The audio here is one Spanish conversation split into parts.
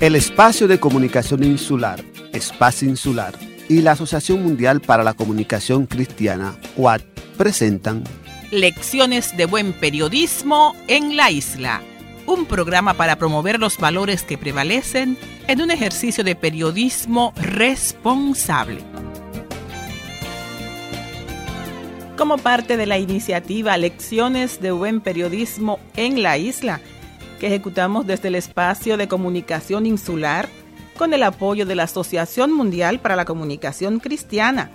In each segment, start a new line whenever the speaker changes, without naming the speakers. El Espacio de Comunicación Insular, Espacio Insular, y la Asociación Mundial para la Comunicación Cristiana, UAT, presentan
Lecciones de Buen Periodismo en la Isla, un programa para promover los valores que prevalecen en un ejercicio de periodismo responsable. Como parte de la iniciativa Lecciones de Buen Periodismo en la Isla, que ejecutamos desde el espacio de comunicación insular, con el apoyo de la Asociación Mundial para la Comunicación Cristiana,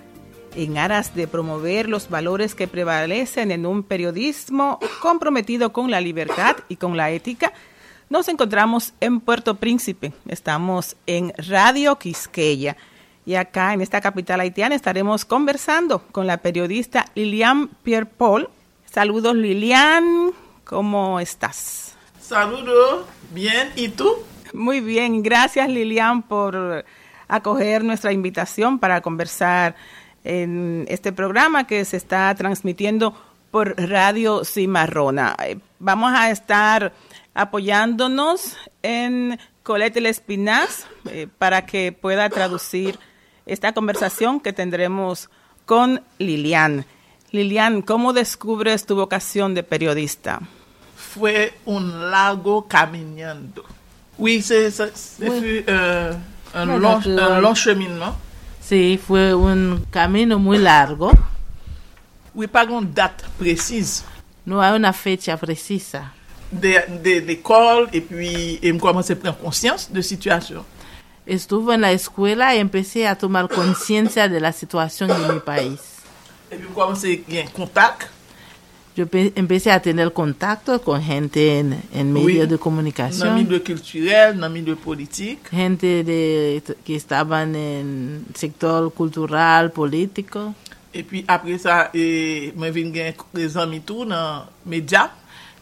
en aras de promover los valores que prevalecen en un periodismo comprometido con la libertad y con la ética, nos encontramos en Puerto Príncipe. Estamos en Radio Quisqueya. Y acá en esta capital haitiana estaremos conversando con la periodista Lilian Pierre Paul. Saludos Lilian, ¿cómo estás?
Saludos, bien, ¿y tú?
Muy bien, gracias Lilian por acoger nuestra invitación para conversar en este programa que se está transmitiendo por Radio Cimarrona. Eh, Vamos a estar apoyándonos en Colette Lespinaz eh, para que pueda traducir esta conversación que tendremos con Lilian. Lilian, ¿cómo descubres tu vocación de periodista?
Fue un lago caminando. Oui, c'est ça.
Oui.
fut euh, un,
Oui,
long,
donc,
un
euh,
long cheminement.
Sí, fue un camino muy largo.
Oui, pas une date précise
No hay una fecha precisa.
de, de l'école et puis et me commencer à prendre conscience de situation.
Estuve en la escuela y empecé a tomar conciencia de la situación de mi país.
Et puis me commencer à gagner contact.
Yo pe- empecé a tener contacto con gente en, en
Oui.
medios de
dans le
comunicación,
milieu culturel, dans le milieu politique.
gente de, que estaban en sector cultural, político.
Et puis après ça, et, moi, j'ai gagné des amis tout dans les médias.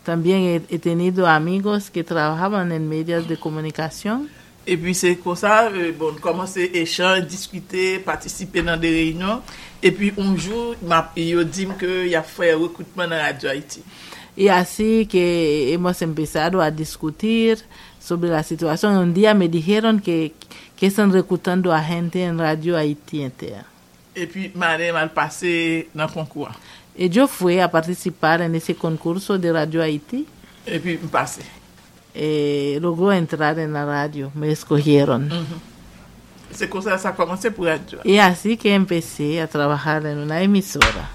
También he, he tenido amigos que trabajaban en medios de comunicación.
Et puis c'est comme ça, euh, bon, commencer échanger, discuter, participer dans des réunions. Et puis un jour, m'a- ils ont dit qu'il a fait un recrutement dans Radio Haïti.
Y así que hemos empezado a discutir sobre la situación. Un día me dijeron que, que están reclutando a gente en Radio Haití entera.
Et puis, ma année mal passé dans le concours.
Y Eh, yo fui a participar en ese concurso de Radio Haití.
Et puis, je passé.
Eh, logró entrar en la radio, me escogieron.
C'est comme ça que ça a commencé pour Radio Haïti.
Y así que empecé a trabajar en una emisora.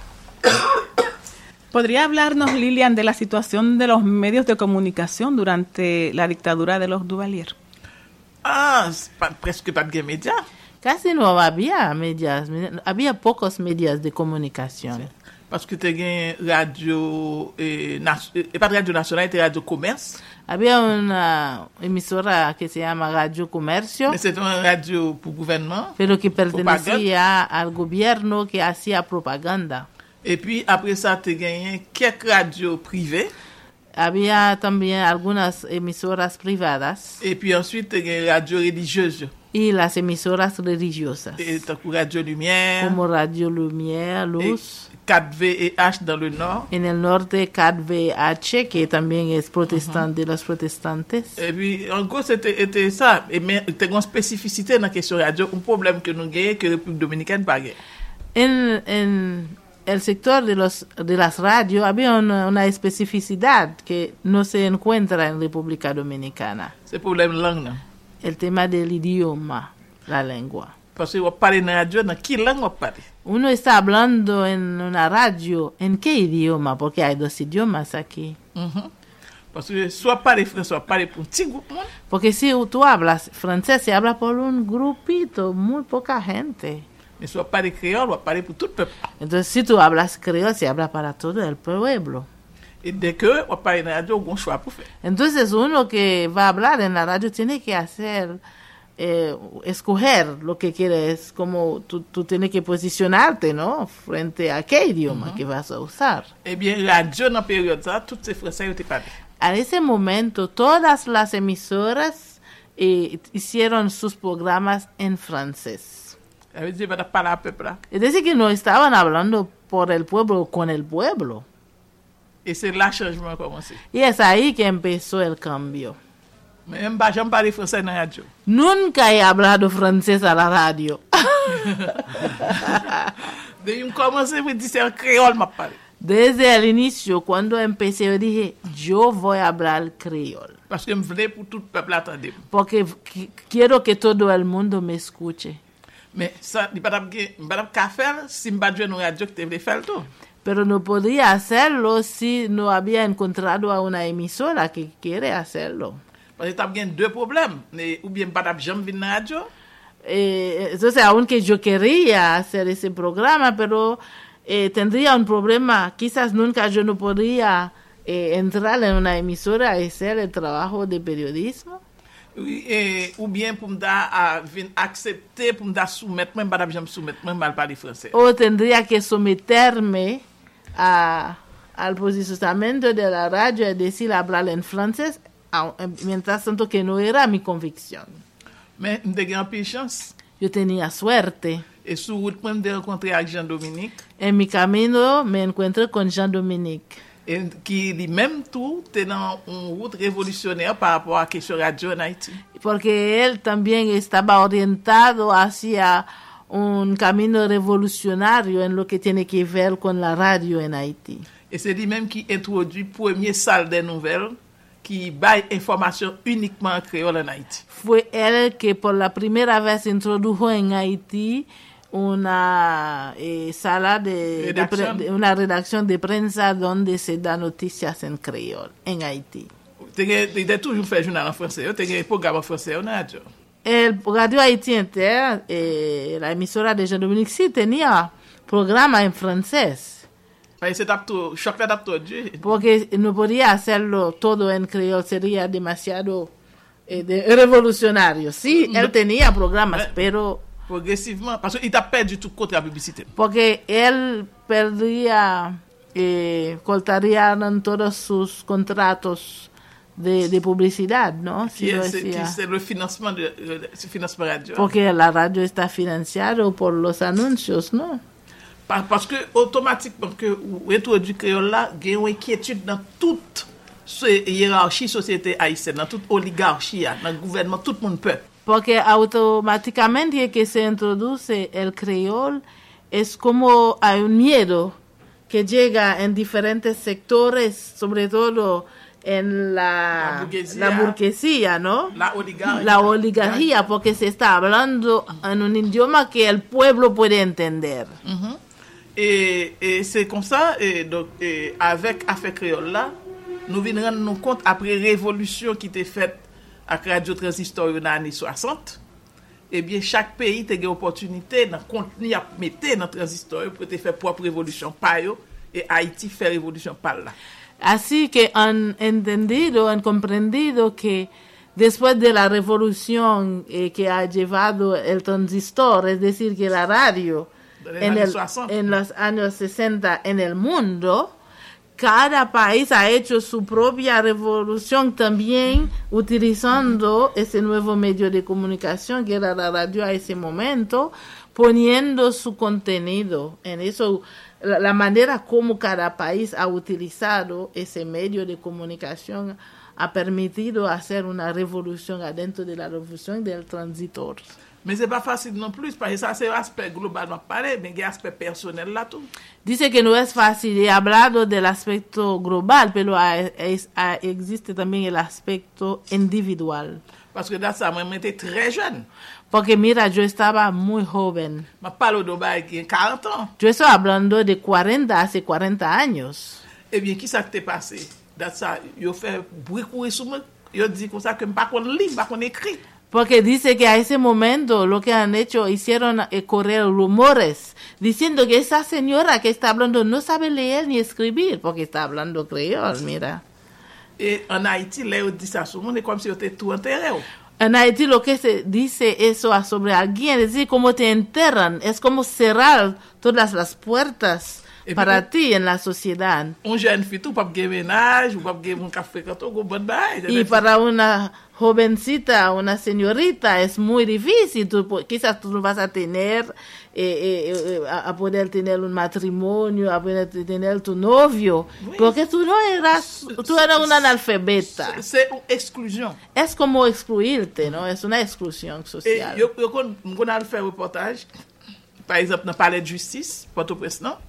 ¿Podría hablarnos, Lilian, de la situación de los medios de comunicación durante la dictadura de los Duvalier?
Ah, c'est pas, presque pas de médias.
Casi no había medias, había pocos medios de comunicación.
Parce que tu as radio, euh, et, pas de radio nationale, tu radio commerce.
Había una emisora que se llama Radio Comercio.
Mais c'est une radio pour gouvernement.
pero que
Propaganda.
pertenecía al gobierno que hacía propaganda.
Et puis, après ça, tu as gagné quelques radios privées.
Había también algunas emisoras privadas
Et puis ensuite, tu as radio religieuse.
y las emisoras religiosas,
Et t'as cou- Radio Lumière,
como Radio Lumière,
et
Luz,
4VEH dans le nord.
en el norte CADVH, que también es protestante de los protestantes.
Et puis, en gros, c'était c'était ça. Et mais, t'as une spécificité dans la question radio. Un problème que nous gagnons que la République Dominicaine pas gagne.
En, en el sector de, los, de las radios había una, una especificidad que no se encuentra en República Dominicana,
C'est problème langue, non?
el tema del idioma, la lengua.
Parce qu'on parle dans la radio, dans quelle langue on parle?
Uno está hablando en una radio, ¿en qué idioma? Porque hay dos idiomas aquí.
Mhm. Parce que soit parler français, soit parler pour un petit groupe. monde.
Porque si tú hablas francés, se habla por un grupito, muy poca gente.
Mais soit parler créole, soit parler pour tout le peuple.
Entonces, si tú hablas creol, se habla para todo el pueblo.
Et dès que on parle dans la radio, on a un choix pour faire.
Entonces, uno que va a hablar en la radio tiene que hacer, eh, escoger lo que quieres, como tú, tú tienes que posicionarte, ¿no? Frente a qué idioma que vas a usar.
Eh bien, radio dans la période, ça, toutes ces français étaient parlé.
A ese momento todas las emisoras eh, hicieron sus programas en francés.
Ça veut dire, on a parlé à peuple là.
Es decir, que no estaban hablando por el pueblo con el pueblo.
Et c'est là que le changement a commencé.
Y es ahí que empezó el cambio.
Men mba jan pale franse nan radyo.
Nunca he hablado francés a la radio.
De yon komanse mwen di se an kreol map pale.
Desde el inicio, cuando empecé, yo dije, yo voy a hablar creol.
Paske m vle pou tout pepl atande m.
Porque qui- quiero que todo el mundo me escuche.
Men sa, di patap gen, m patap ka fel, si m bat jwen nou radyo ki te vle fel to.
Pero no podría hacerlo si no había encontrado a una emisora que quiere hacerlo.
Paske tap gen dwe problem. Ne, ou bien m patap jan vin nan radyo,
Eh, entonces, aunque yo quería hacer ese programa, pero eh, tendría un problema. Quizás nunca yo no podría eh, entrar en una emisora y hacer el trabajo de periodismo.
ou, e, ou bien pou m da a, vin aksepte, pou m da soumet, mwen m patap jan m soumet, mwen m mal pale franse.
O tendría que someterme a- al posicionamiento de la radio, es decir, hablar en francés, au- eh, mientras tanto que no era mi convicción.
Men m de gen pi chans.
Yo tenía suerte.
E sou wout mwen m de renkontre ak Jean Dominique,
En mi camino me encuentro con Jean-Dominique.
e, ki li menm tou te nan un wout revolutionèr par rapport a kesyon radyo en Haiti.
porque él también estaba orientado hacia un camino revolucionario en lo que tiene que ver con la radio en Haití.
E se li menm ki introdu premier sal de nouvel ki bay informasyon unikman an kreol an Haiti.
Fue él el que por la primera vez introdujo en Haití una eh, sala de, de pre-
Redacción.
de- una redacción de prensa donde se da noticias en creol en Haití.
Te gen, te gen toujou fè jounal an fransè yo, te gen program an fransè yo nan adyo.
El Radio Haití Inter, eh, la emisora de Jean-Dominique, sí tenía programa en francés.
Faye se tap to, chok la tap to dje.
porque no podía hacerlo todo en creol, sería demasiado eh, de- revolucionario. Sí, él tenía programas, pero
Progresiveman, paske i tap perdi tout kontra publicite.
porque él perdía, eh, cortarían todos sus contratos de, de publicidad, ¿no? Si
Ki
lo
se- ki
hacía.
se le finansman de, le- se finansman radyo.
Porque la radio está financiada por los anuncios, ¿no?
Pa, paske otomatikman ke ou introdu kreol la, gen yon enkyetude nan tout se hierarchi sosyete Haitien, nan tout oligarchi ya, nan gouvernement, tout moun pe.
Porque automáticamente que se introduce el creol es como hay un miedo que llega en diferentes sectores, sobre todo en la,
La burguesía.
la burguesía, ¿no?
La oligarchi.
La oligarquía, porque se está hablando en un idioma que el pueblo puede entender.
Mhm. E e se kon sa, e, donc, e, avek afe kreol la, nou vin ren nou kont apre revolusyon ki te fet ak radyo transistor yo nan ane 60, ebyen chak peyi te gen opotunite nan kontenu ap mette nan transistor yo pou te fe prop revolusyon pa yo, e Haiti fe revolusyon pal la.
Así que han entendido, han comprendido que después de la revolución eh, que ha llevado el transistor, es decir, que la radio
En el
en,
año
el-
60.
en los años 60 en el mundo, cada país ha hecho su propia revolución también utilizando ese nuevo medio de comunicación que era la radio a ese momento, poniendo su contenido en eso, la, la manera como cada país ha utilizado ese medio de comunicación ha permitido hacer una revolución adentro de la revolución del transitor.
Men se pa fasil non plus, pari sa se aspek globalman pale, men gen aspek personel la tou.
Dice que no es fácil, he hablado del aspecto global, pero ha- es- ha- existe también el aspecto individual.
Paske dat sa mwen mwen te tre jen.
Porque mira, yo estaba muy joven.
Ma palo do bay gen 40 an.
Yo estoy hablando de 40, hace 40 años.
Ebyen, ki sa k te pase? Dat sa, yo fe brikouri sou mwen, yo di kon sa ke m pa kon li, m pa kon ekri.
Porque dice que a ese momento lo que han hecho, hicieron eh, correr rumores diciendo que esa señora que está hablando no sabe leer ni escribir, porque está hablando creol, mira.
E an Haiti, le yo di sa sou mwen, e kom si yo te tou anterre ou.
En Haití lo que se dice eso a sobre alguien, es decir, cómo te enterran, es como cerrar todas las puertas
Eh,
para
pero-
ti en la sociedad.
On jen fitou, pap gen menaj, ou pap gen moun ka frekanto, go bon bay.
Y para una jovencita, una señorita, es muy difícil. Tú po- quizás tú no vas a tener, eh, eh, eh, a, a poder tener un matrimonio, a poder tener tu novio,
Oui.
porque tú no eras, tú eras una analfabeta.
Se ou eksklujon.
Es como excluirte, ¿no? Es una exclusión
E
social.
yo, yo kon, m kon al fè reportaj, par exemple nan pale de justice, Port-au-Prince non? nan,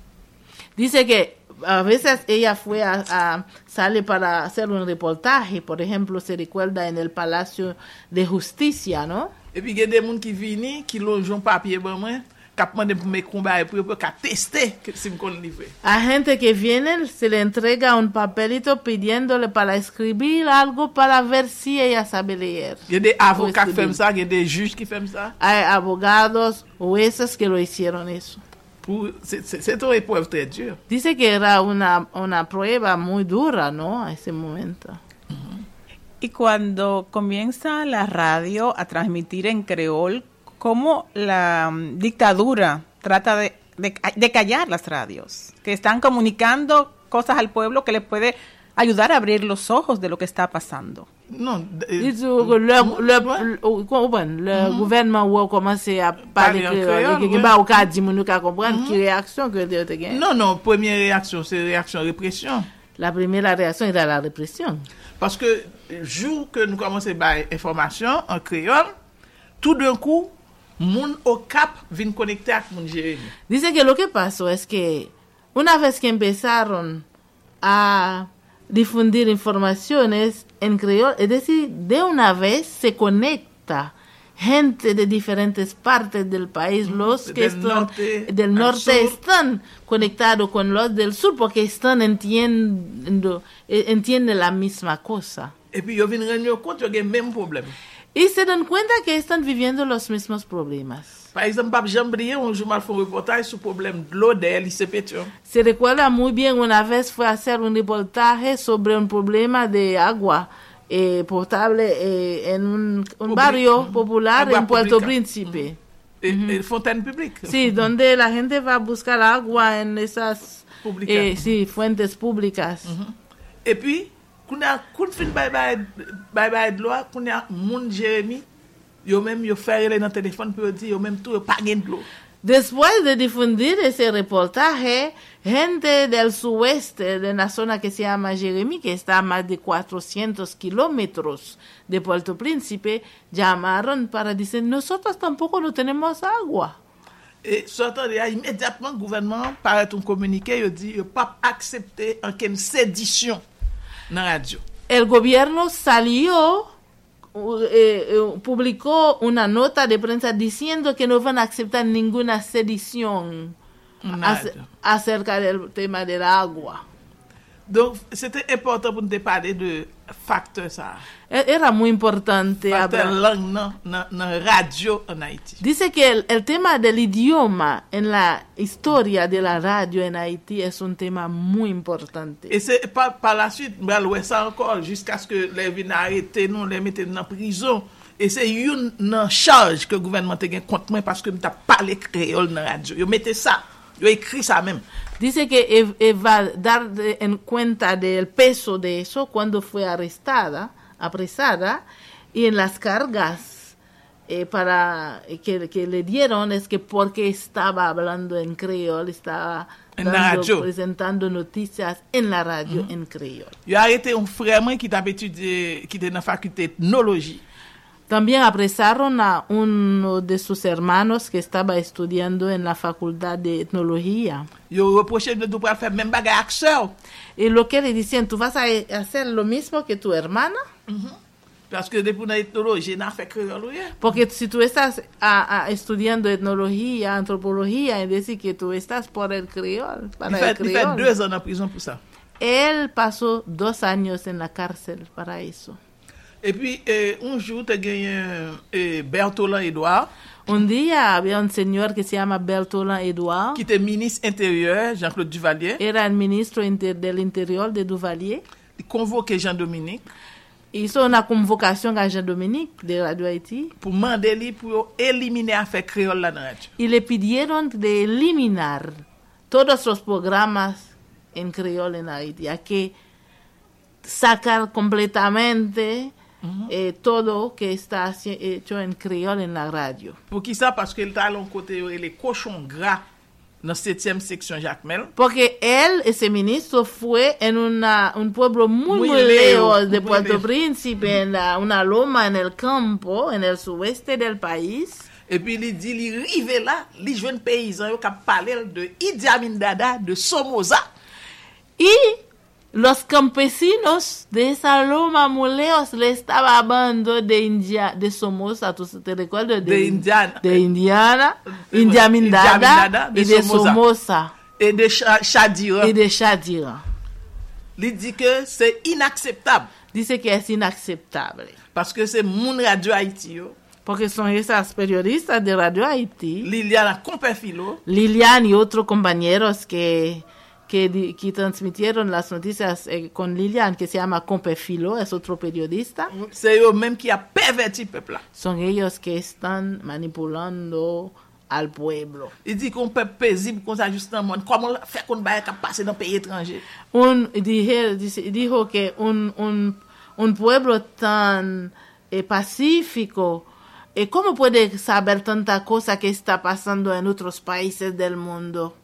Dice que a veces ella fue a, a- sale para hacer un reportaje, por ejemplo, se recuerda en el Palacio de Justicia, ¿no?
epi E gen de moun ki vini, ki lonjon papye ban mwen, kap mande pou mè kombay pou yo pou ka teste ke si m kon livre.
A gente que viene se le entrega un papelito pidiéndole para escribir algo para ver si ella sabe leer.
Gen de avokat
Oui, c'est
fèm
bien.
sa, gen de juj ki fèm sa,
Hay abogados jueces que lo hicieron eso.
pou, se, se, se ton epouev trè dure.
Dice que era una, una prueba muy dura, ¿no? A ese momento.
Y cuando comienza la radio a transmitir en creol, ¿cómo la mm, dictadura trata de, de- de callar las radios? Que están comunicando cosas al pueblo que les puede ayudar a abrir los ojos de lo que está pasando.
Non, de-
Ils disent que leur, leur, ou- kon- ou bon, le gouvernement ou a commencé à parler
Mhm. Parler en
créole.
créole,
Et que euh,
ouais. Mhm.
ba ou ka di moun ou ka comprendre qui réaction que yo te gen.
non, non, première réaction, se réaction repression.
La première réaction era la répression.
Parce que jour que nous commençons par information en créole, tout d'un coup, moun au cap vient connecter avec moun Jérémy.
Dice que lo que pasó es que una vez que empezaron a difundir informaciones en creol, es decir, de una vez se conecta gente de diferentes partes del país, los que
del
están
norte
del
al
norte
sur.
están conectados con los del sur porque están entiendo, eh, entienden la misma cosa.
Et puis, ils viennent rendre compte qu'ils ont le même problème.
Y se dan cuenta que están viviendo los mismos problemas.
Par exemple, Pape Jean Brié, un jour, m'a fait un reportage sur le problème de l'eau des lycées Pétion.
Se recuerda muy bien una vez fue a hacer un reportaje sobre un problema de agua eh, potable eh, en un, un
Public.
barrio
Ujú.
popular
Agua
en Puerto
pública.
Príncipe.
Et,
Mm-hmm.
et fontaine publique.
Sí, donde la gente va a buscar agua en esas
Pública.
eh, sí, fuentes públicas.
Et puis, quand on fin bye bye bye bye de l'eau, quand a moun Jérémy, ils même yo fait dans le téléphone pour dire yo même tout yo pas gain de l'eau.
Después de difundir ese reportaje, gente del sueste, de la zona que se llama Jeremy, que está a más de 400 kilómetros de Puerto Príncipe, llamaron para decir, nosotros tampoco no tenemos agua.
Et sortant de là, immédiatement, le gouvernement paraît un communiqué, il dit, il pas accepter en quelle sédition dans la radio.
El gobierno salió, u- eh, eh, publicó una nota de prensa diciendo que no van a aceptar ninguna sedición
Nada.
ace- acerca del tema del agua.
Donc, c'était important pour nous de parler de facteur ça.
E- Era muy importante
Facteur
hablar-
langue dans dans- dans la radio en Haïti.
Dice que el, el tema del idioma en la historia de la radio en Haití es un tema muy importante.
Et c'est par, par la suite, nous allons voir ça encore, jusqu'à ce que les vignes arrêtent nous, les mettent en prison. Et c'est une une charge que le gouvernement a contre moi parce que je parlé créole dans la radio. Ils mettaient ça, ils écrit ça même.
Dice que ev- eh, va a dar de- en cuenta del peso de eso cuando fue arrestada, apresada, y en las cargas eh, para que, que le dieron es que porque estaba hablando en creol, estaba
En la radio.
presentando noticias en la radio en creol.
Yo arrêté un frère moi qui t'a étudié, qui était dans la faculté d'ethnologie.
También apresaron a uno de sus hermanos que estaba estudiando en la Facultad de Etnología.
Yo reproché de tout pour faire même bagay ak sœur.
Y lo que le decían, ¿tú vas a eh, hacer lo mismo que tu hermana?
Parce que depuis dans ethnologie, n'a fait créole ou rien.
Porque si tú estás ah, ah, estudiando etnología, antropología, es decir, que tú estás por el criol,
Il
para el
fait, il fait
criol.
deux ans en prison pour ça.
Él pasó dos años en la cárcel para eso.
Et puis, euh, un jour, t'as gagné euh, Bertolin Edouard,
Un día había un señor que se llama Bertolan Edouard,
qui était Ah. ministre intérieur, Jean-Claude Duvalier,
era el ministro inter- del Interior de Duvalier.
il convoqué Jean-Dominique
Hizo una convocación a Jean-Dominique de Radio Haití
pour demander lui pour éliminer affaire créole là dans la radio.
y le pidieron de eliminar todos los programas en creol en Haití, a que sacar completamente eh, todo que está haci- hecho en creol en la radio.
Pou ki sa, paske l talon kote yo, le kochon gra nan 7e seksyon Jacmel.
Porque él, ese ministro, fue en una, un pueblo
Muy
muy, muy,
lejos,
lejos de
muy
Puerto
lejos.
Príncipe, en la- una loma en el campo, en el sueste del país.
E pi li di li rive la, li jwen peyizan yo kap palel de Idi Amin Dada, de Somoza.
Y los campesinos de esa loma muleos le estaba hablando de India, de Somoza, ¿tú te recuerdas?
De Indiana.
De Indiana,
Eh,
India
eh,
Mindada,
India Mindada, de
y de
Somoza. Ah.
Somoza,
E de Cha- Chadira.
y de Shadira.
Li di ke se inakseptab.
Dice que es inaceptable.
Paske se moun radio Haiti yo.
Porque son esas periodistas de Radio Haití,
Li li ala kompe filo.
Lilian y otros compañeros que, que, di- que transmitieron las noticias eh, con Lilian, que se llama Compefilo, es otro periodista.
Se yo menm ki a perverti pepla.
son ellos que están manipulando al pueblo.
Li di kon pep pezib kon sa justan moun. Koman la- fè kon baye kap pase nan peyi etranje.
Un, dije- dice- dijo que un, un- un pueblo tan eh, pacífico, eh, ¿cómo puede saber tanta cosa que está pasando en otros países del mundo?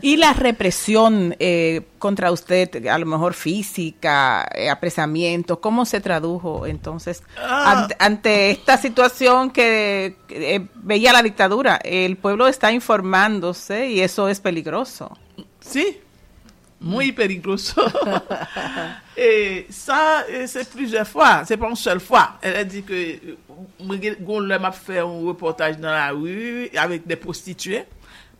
Y la represión eh, contra usted, a lo mejor física, eh, apresamiento, ¿cómo se tradujo entonces
Ah.
ante, ante esta situación que eh, veía la dictadura? El pueblo está informándose y eso es peligroso.
Si, muy peligroso. e sa, eh, se plusieurs fois, se pas une seule fois. Elle a dit que, goun lè m'a fait un reportage dans la rue, avec des prostituées,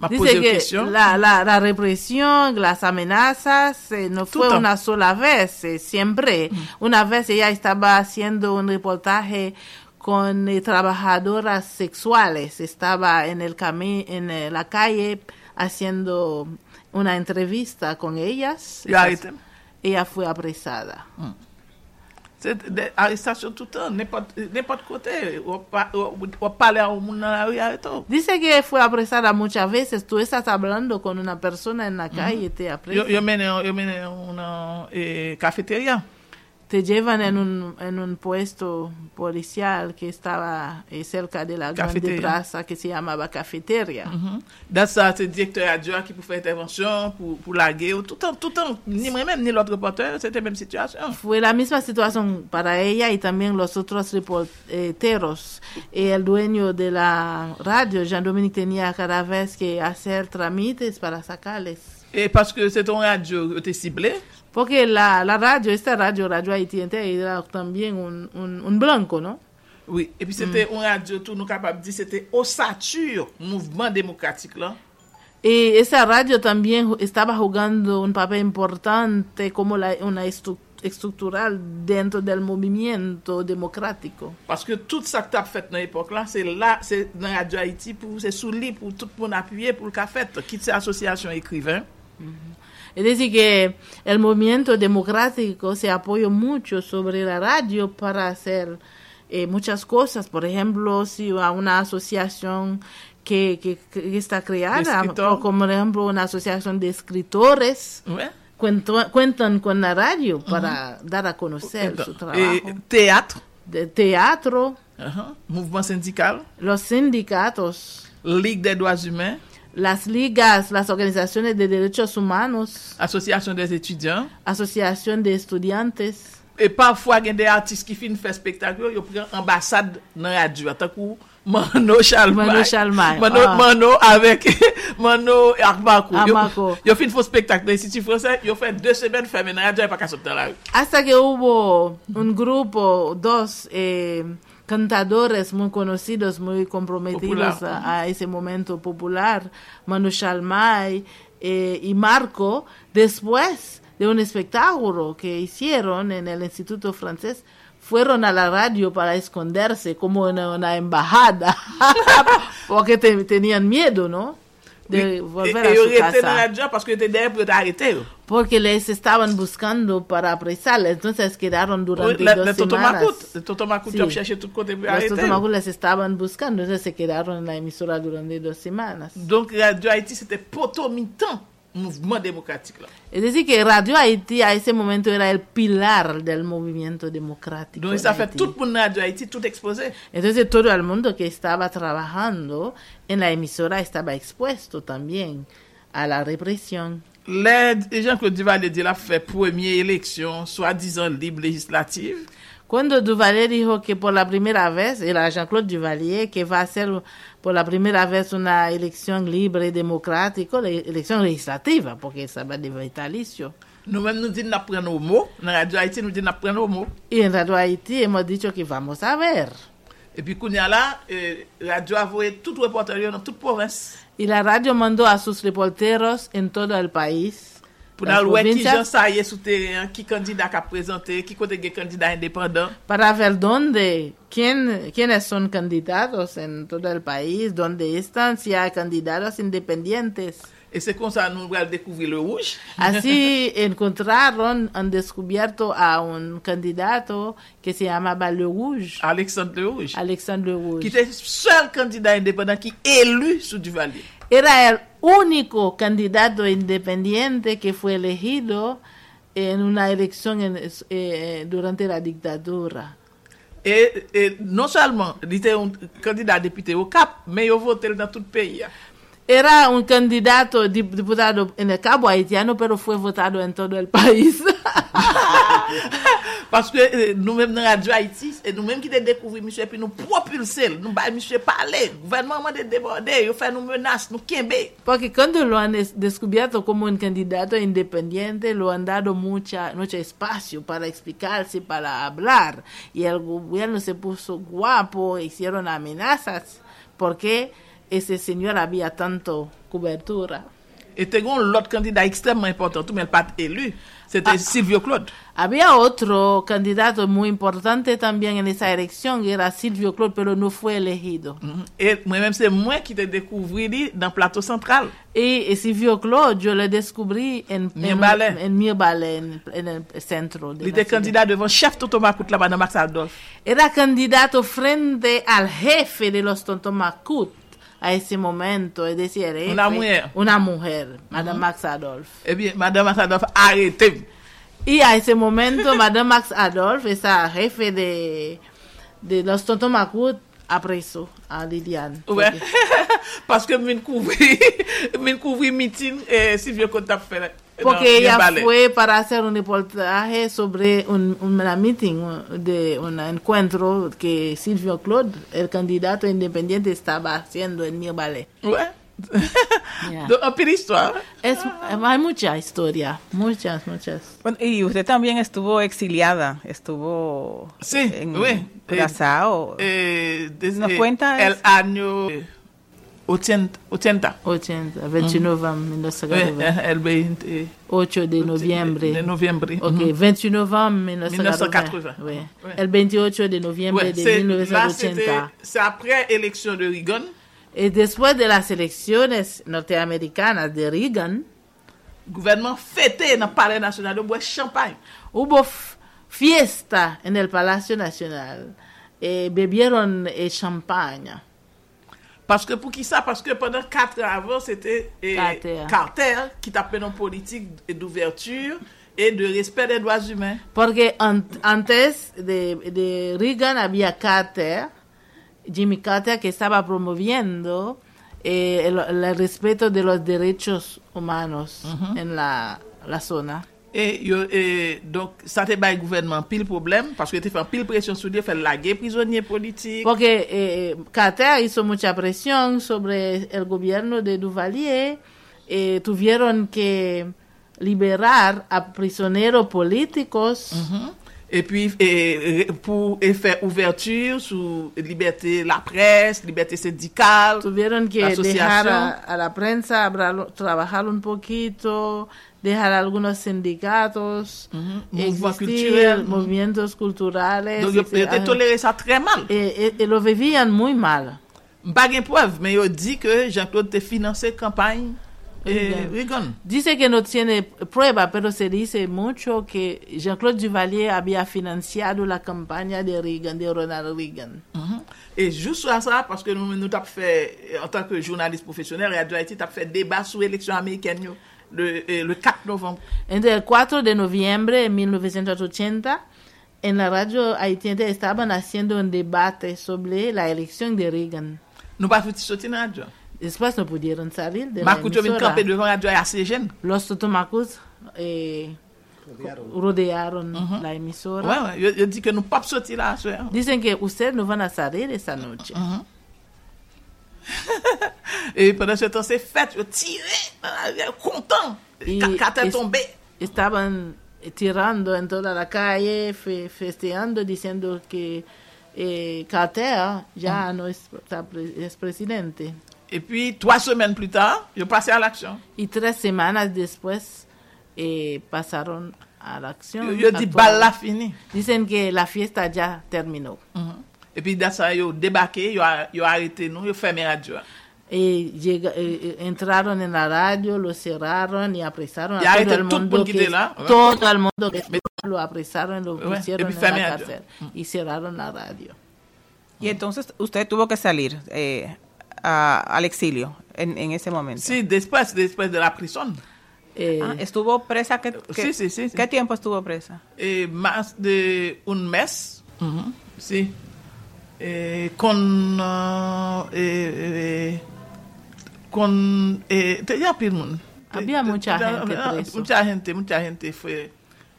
m'a posé
Dice
une
que
question.
la, la- la represión, las amenazas, eh, no fue
Tuta.
una sola vez, eh, siempre.
Mm.
Una vez ella estaba haciendo un reportaje con eh, trabajadoras sexuales, estaba en, el cami en eh, la calle haciendo una entrevista con ellas.
Yo arrêté. Hmm.
Ella fue apresada.
C'est des arrestations tout le temps, n'importe n'importe côté. Ou pa- ou- ou parler à un monde dans la rue, arrêté.
Dice que fue apresada muchas veces. Tú estás hablando con una persona en la calle, te
Yo,
apresan.
yo mène, un- yo mène un un, eh, cafeteria.
te llevan en un, en un puesto policial que estaba eh, cerca de la grande
Cafetería.
plaza que se llamaba cafetería.
Dan sa, se direktor uh, radio a ki pou fè intervensyon, pou, pou lage ou, tout an, tout an, ni mwen mèm, ni l'autre reporter, se te mèm situasyon.
Fue la misma situación para ella y también los otros reporteros. Y el dueño de la radio, Jean-Dominique, tenía cada vez que hacer trámites para sacarles.
E paske se ton radio euh, yo te sible,
Porque la, la radio, esta radio, Radio Haití entera, era también un, un- un blanco, ¿no?
oui, e pi se te on radio tou nou kapab di, se te osatur mouvment demokratik lan,
Y esa radio también ju- estaba jugando un papel importante como la, una estru- estructural dentro del movimiento democrático.
paske tout sa k tap fèt nan epok lan, se la, se nan radio Haiti pou, se sou li pou tout moun apye pou l ka fèt, kit se asosyasyon ekriven,
Es decir, que el movimiento democrático se apoyó mucho sobre la radio para hacer eh, muchas cosas. Por ejemplo, si a una asociación que, que- que está creada,
escritor.
o como por ejemplo una asociación de escritores,
ouais.
cuento- cuentan con la radio para dar a conocer su trabajo.
E, teatre,
de teatro,
uh-huh, mouvment syndikal,
los sindicatos,
ligue des droits humains,
las ligas, las organizaciones de derechos humanos,
asosyasyon des étudiants,
asociación de estudiantes.
E pafwa gen de artist ki fin fè spektakyo, yo pren ambasad nan radyo. Atakou Mano Chalmay.
Mano Chalmay,
Mano,
ah.
Mano avèk Mano Akbako.
Akbako.
Yo, yo fin fò spektak nan Institut Fransè, yo fè dè semen fè men nan radyo, e pa kasop nan la rè.
Hasta que hubo un grupo, dos eh, cantadores muy conocidos, muy comprometidos
Popular.
a, a ese momento popular, Manu Chalmay eh, y Marco, después de un espectáculo que hicieron en el Instituto Francés, fueron a la radio para esconderse como en una embajada, porque te- tenían miedo, ¿no? De volver
e yo
a su
rete nan
casa.
radyo, paske yo te deyè pou yo te arete yo.
Porque les estaban buscando para apresarles, entonces quedaron durante
Le,
dos
le Toto
semanas.
Makout. Le Toto Makout
Si.
yo chèche tout kote pou yo
Los
arete yo.
Totomacu les estaban buscando, entonces se quedaron en la emisora durante dos semanas.
Donk radyo Haiti, se te poto mitan mouvement démocratique là.
Es decir, que Radio Haití a ese momento era el pilar del movimiento democrático.
Donc
en
ça fait
Haití.
tout pour Radio Haïti, tout exposé.
Entonces todo el mundo que estaba trabajando en la emisora estaba expuesto también a la represión.
Les les gens que Duvalier dit là fait première élection, soi-disant libre législative.
Cuando Duvalier dijo que por la primera vez, era Jean-Claude Duvalier, que va a ser por la primera vez una elección libre, democrática, la elección legislativa, porque estaba de vitalicio.
Nous-mêmes, nous disons nous prenons nos mots. Dans Radio Haïti, nous disons nous prenons nos mots.
Y en Radio Haití hemos dicho que vamos a ver.
Et puis, Kounia là, euh, Radio a envoyé tout reporter yo dans toute province
Y la radio mandó a sus reporteros en todo el país.
pour
las
nous voir qui
provincias,
gens ça y est sous terrain, qui candidat qui a présenté, qui côté des candidat indépendant.
para ver dónde, quién, quiénes son candidatos en todo el país, dónde están, si hay candidatos independientes.
Et c'est comme ça nous allons découvrir le rouge.
Así encontraron, han descubierto a un candidato que se llamaba Le Rouge,
Ah, Alexandre Le Rouge.
Alexandre Le
qui
Rouge.
était le seul candidat indépendant qui élu sous Duvalier.
Era el único candidato independiente que fue elegido en una elección en- eh, durante la dictadura.
Et, et non seulement il était un candidat député au Cap, mais il a voté dans tout le pays.
Era un candidato dip- diputado en el Cabo haitiano, pero fue votado en todo el país.
Parce que euh, nous-mêmes dans Radio e, Haïti, et nous-mêmes qui avons découvert monsieur, puis nous propulser, nous bail monsieur parler. Le gouvernement a débordé, il a fait nous menaces, nous quimber.
Porque cuando lo han es- descubierto como un candidato independiente, lo han dado mucha, mucho espacio para explicarse, para hablar. Y el gobierno se puso guapo, hicieron amenazas, porque ese señor había tanto cobertura.
Et tu l'autre candidat extrêmement important, tout, mais il n'est pas élu. C'était Silvio Claude.
Había otro candidato muy importante también en esa elección, que era Silvio Claude, pero no fue elegido.
Mm-hmm. Et moi-même, c'est moi qui t'ai découvert lui, dans le plateau central.
Y, y Silvio Claude, yo le descubrí en, en,
Mirbalais.
en Mirbalais, en, en el centro. de
Il
la
était
ciudad.
candidat devant chef Toto Macoute là-bas dans Max Adolphe.
Era candidato frente al jefe de los Tontomacut a ese momento, es decir, jefe-
Una mujer.
una mujer, Madame Max Adolf.
Eh bien, Madame Max Adolphe, arrêtez.
Y a ese momento, Madame Max Adolf, esa jefe de, de los Tontomacut, apresó a Lilian.
Ouais. Parce que mine couvri, mine couvri meeting et Sylvia Conta fait. eh,
Porque ella fue para hacer un reportaje sobre un, una meeting, un- de un encuentro que Silvio Claude, el candidato independiente, estaba haciendo en mi ballet.
Ouais. Donc, un peu l'histoire.
Es, hay mucha historia, muchas, muchas.
Bueno, y usted también estuvo exiliada, estuvo
Sí, eh,
en
oui.
Curazao.
Et,
Nos cuenta
El
es-
año 80. 80.
80, 29 de
Ouais,
1990,
el 20.
8 de noviembre.
Eh, De novembre.
Ok,
Mhm.
29 novembre 1980.
1980.
Oui.
Ouais.
El 28 de noviembre
Ouais,
de
c'est- là, c'était,
1980.
c'est après l'élection de Reagan.
Y Eh, después de las elecciones norteamericanas de Reagan,
Le gouvernement fêté dans le palais national de bois champagne.
Hubo f- fiesta en el Palacio Nacional. Eh, bebieron eh, champaña.
Parce que pour qui ça Parce que pendant 4 ans avant, c'était eh,
Carter.
Carter qui tapait nos politiques d'ouverture et de respect des droits humains.
Porque an- antes de, de Reagan había Carter, Jimmy Carter, que estaba promoviendo eh, el, el respeto de los derechos humanos en la, la zona.
Et, yo- et donc, ça te bat le gouvernement pile problème parce que tu fait pile pression sur lui, fait laguer prisonniers politiques.
Porque eh, Carter hizo mucha presión sobre el gobierno de Duvalier. eh, tuvieron que liberar a prisioneros políticos.
Mhm. Et puis, eh, pour eh, faire ouverture sur liberté la presse, liberté syndicale.
Tuvieron que
La asociación.
dejar a, a la prensa hablar- trabajar un poquito, dejar algunos sindicatos,
Mhm. Mouvement
existir,
culturel.
movimientos culturales. eh,
Donc, ils
etc.
ont toléré ça très mal.
Eh, eh, eh, lo vivían muy mal.
Pas de preuve, mais ils dit que Jean-Claude a financé campagne eh,
Reagan.
Reagan.
Dice que no tiene prueba, pero se dice mucho que Jean-Claude Duvalier había financiado la campaña de Reagan, de Ronald Reagan.
Mhm. Et juste à ça, parce que nous, nous t'as fait, en tant que journaliste professionnel, Radio Haïti, t'as fait débat sur l'élection américaine. yo. le, eh, le 4 novembre.
Entre el 4 de noviembre de 1980, en la radio haitiana estaban haciendo un debate sobre la elección de Reagan.
Nou pa fouti soti nan adyon.
Después no pudieron salir de la
Makout yo vin
emisora.
kampe devan adyon yase jen.
Los totomacos eh, rodearon la emisora.
Ouais, ouais. Yo, yo di ke nou pap soti la aswe.
Dicen que ustedes no van a salir esa noche.
E Mhm. pendant se tan se fèt, yo tire, nan la vie, kontan.
Y-
Ka- Kate
es-
tombe.
Estaban tirando en toda la calle, fe- festeando, diciendo que eh, Carter ya no es, está pre- es presidente.
E pi, 3 semen plus tard, yo pase a l'aksyon.
Y tres semanas después eh, pasaron a la acción.
Yo, yo di
actual.
bal la fini.
Dicen que la fiesta ya terminó.
E pi, dat sa yo debake, yo, a- yo arete nou, yo fèmè adyon.
Eh, llega- eh, eh, entraron en la radio, lo cerraron y apresaron
Y
a todo
ahorita
el
todo el
mundo
mundo
que,
quiere la-
todo el mundo que lo apresaron, lo
Bueno,
pusieron en la
epifemia, yo.
cárcel y cerraron la radio.
Y entonces usted tuvo que salir eh, a- al exilio en, en ese momento.
Si, despès, despès de la prison.
Eh,
Ah, ¿Estuvo presa? ¿Qué, qué-
Sí, sí, sí, sí.
¿Qué tiempo estuvo presa?
E mas de un mes. Si. E kon... ah, E... e- Kon... E, te ya pil moun. Te-
Había
te-
mucha
te-
gente
ah,
preso.
Mucha gente, mucha gente fue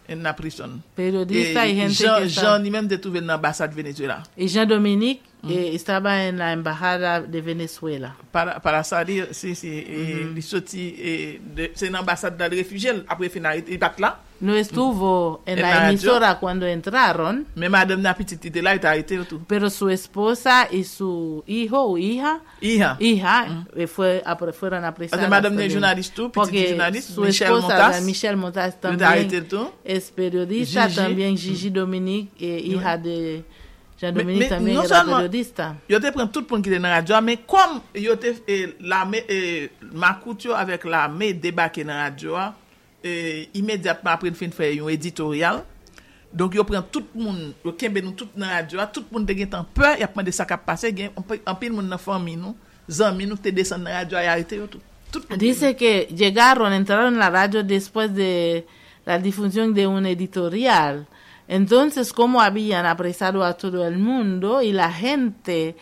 en la prison.
periodista y
Eh,
gente
Jean,
que está-
Jean ni même de trouver l'ambassade Venezuela.
y Jean Dominique eh, estaba en la embajada de Venezuela.
Para, para sa li, si, si, eh, li soti, eh, de- se nan ambasade dal refugiel, apre finalite, i bat la.
No estuvo en,
Mm. En
la,
la radio.
emisora cuando entraron,
Men madame na petite ite la, ite arete yo tou.
pero su esposa y su hijo o hija
Iha.
hija eh, fue apre- fueron apresadas.
Hace Ah. Mm. madame
también.
de journalista, tú, petite
Porque
journalista,
su
Michelle
esposa,
Montaz,
la Michelle Montaz
Yo te
también
arete tou.
es periodista,
Gigi. Mm.
también Gigi Dominique, eh, hija de Jean
Me- me-
Dominique también
no
era
non seulement-
periodista.
Yo te pren tout pou n kite nan radyo, men kom yo te eh, la me, eh, makout yo avek la me debake nan radyo, eh, imediatman apre n fin fè yon editorial, donk yo pren tout moun, yo kembe nou tout nan radyo, tout moun de gen tan pè, yapman de sa kap pase, gen anpe- anpil moun nan fami nou, zanmi nou te desen nan radyo, ay arete yo tout. Tout moun.
Dice que llegaron, entraron en la radio después de la difusión de un editorial. Entonces, como habían apresado a todo el mundo y la gente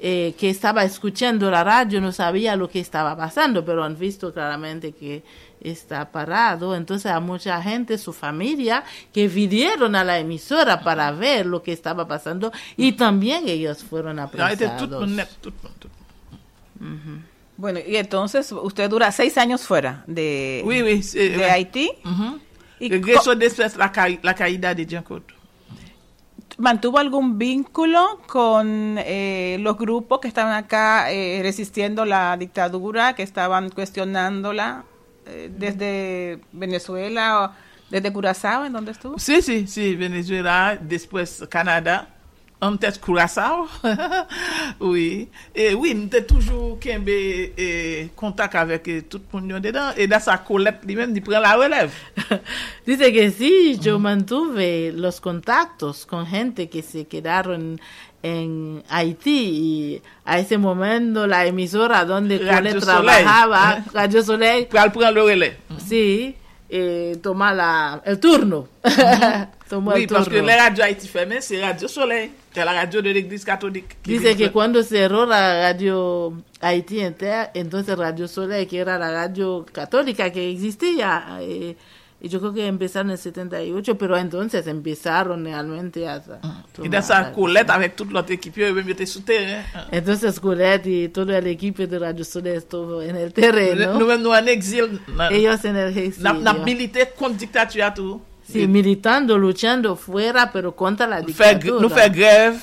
eh, que estaba escuchando la radio no sabía lo que estaba pasando, pero han visto claramente que está parado. Entonces, a mucha gente, su familia, que vinieron a la emisora para ver lo que estaba pasando y también ellos fueron
Yo arete tout
apresados.
moun net, tout moun. Tout. moun.
Bueno, y entonces usted dura seis años fuera de,
Oui, oui.
de
c'est- ouais.
Haití.
Mhm.
Y
Regreso después la, ca- la caída de Giancotto.
¿Mantuvo algún vínculo con eh, los grupos que estaban acá eh, resistiendo la dictadura, que estaban cuestionándola eh, desde Venezuela o desde Curazao, en donde estuvo?
Si, si, si, Venezuela, despwes Kanada, antes Curaçao, oui. E, oui, nou te toujou kembe e, kontak avek eh, tout moun yon dedan, e da sa kolet li men, di pren la relev.
Dice que sí, yo mantuve los contactos con gente que se quedaron en Haití y a ese momento la emisora donde
Radio
Colette
Soleil.
trabajaba, Radio Soleil,
Pral pren le relev.
sí, eh, toma la, el turno. Tomó
Oui,
el turno.
parce que le radio Haiti Femmes, c'est Radio Soleil, c'est la radio de l'Église catholique. qui
Dice que
vit-
cuando cerró la radio Haití entera, entonces Radio Soleil, que era la radio católica que existía, eh, y yo creo que empezaron en el 78, pero entonces empezaron realmente a... a
E
tomar
da sa
la-
kolet avek tout lot ekip yo, e men yo te sou teren.
Entonces Colette y todo el equipo de Radio Soleil estuvo en el terreno,
Nou men nou an exil, nan-
ellos en el
nan nan
exilio.
milite kont diktatü atou.
Sí, militando, luchando fuera, pero contra la
Fè gr-
dictadura.
nou fè grèv,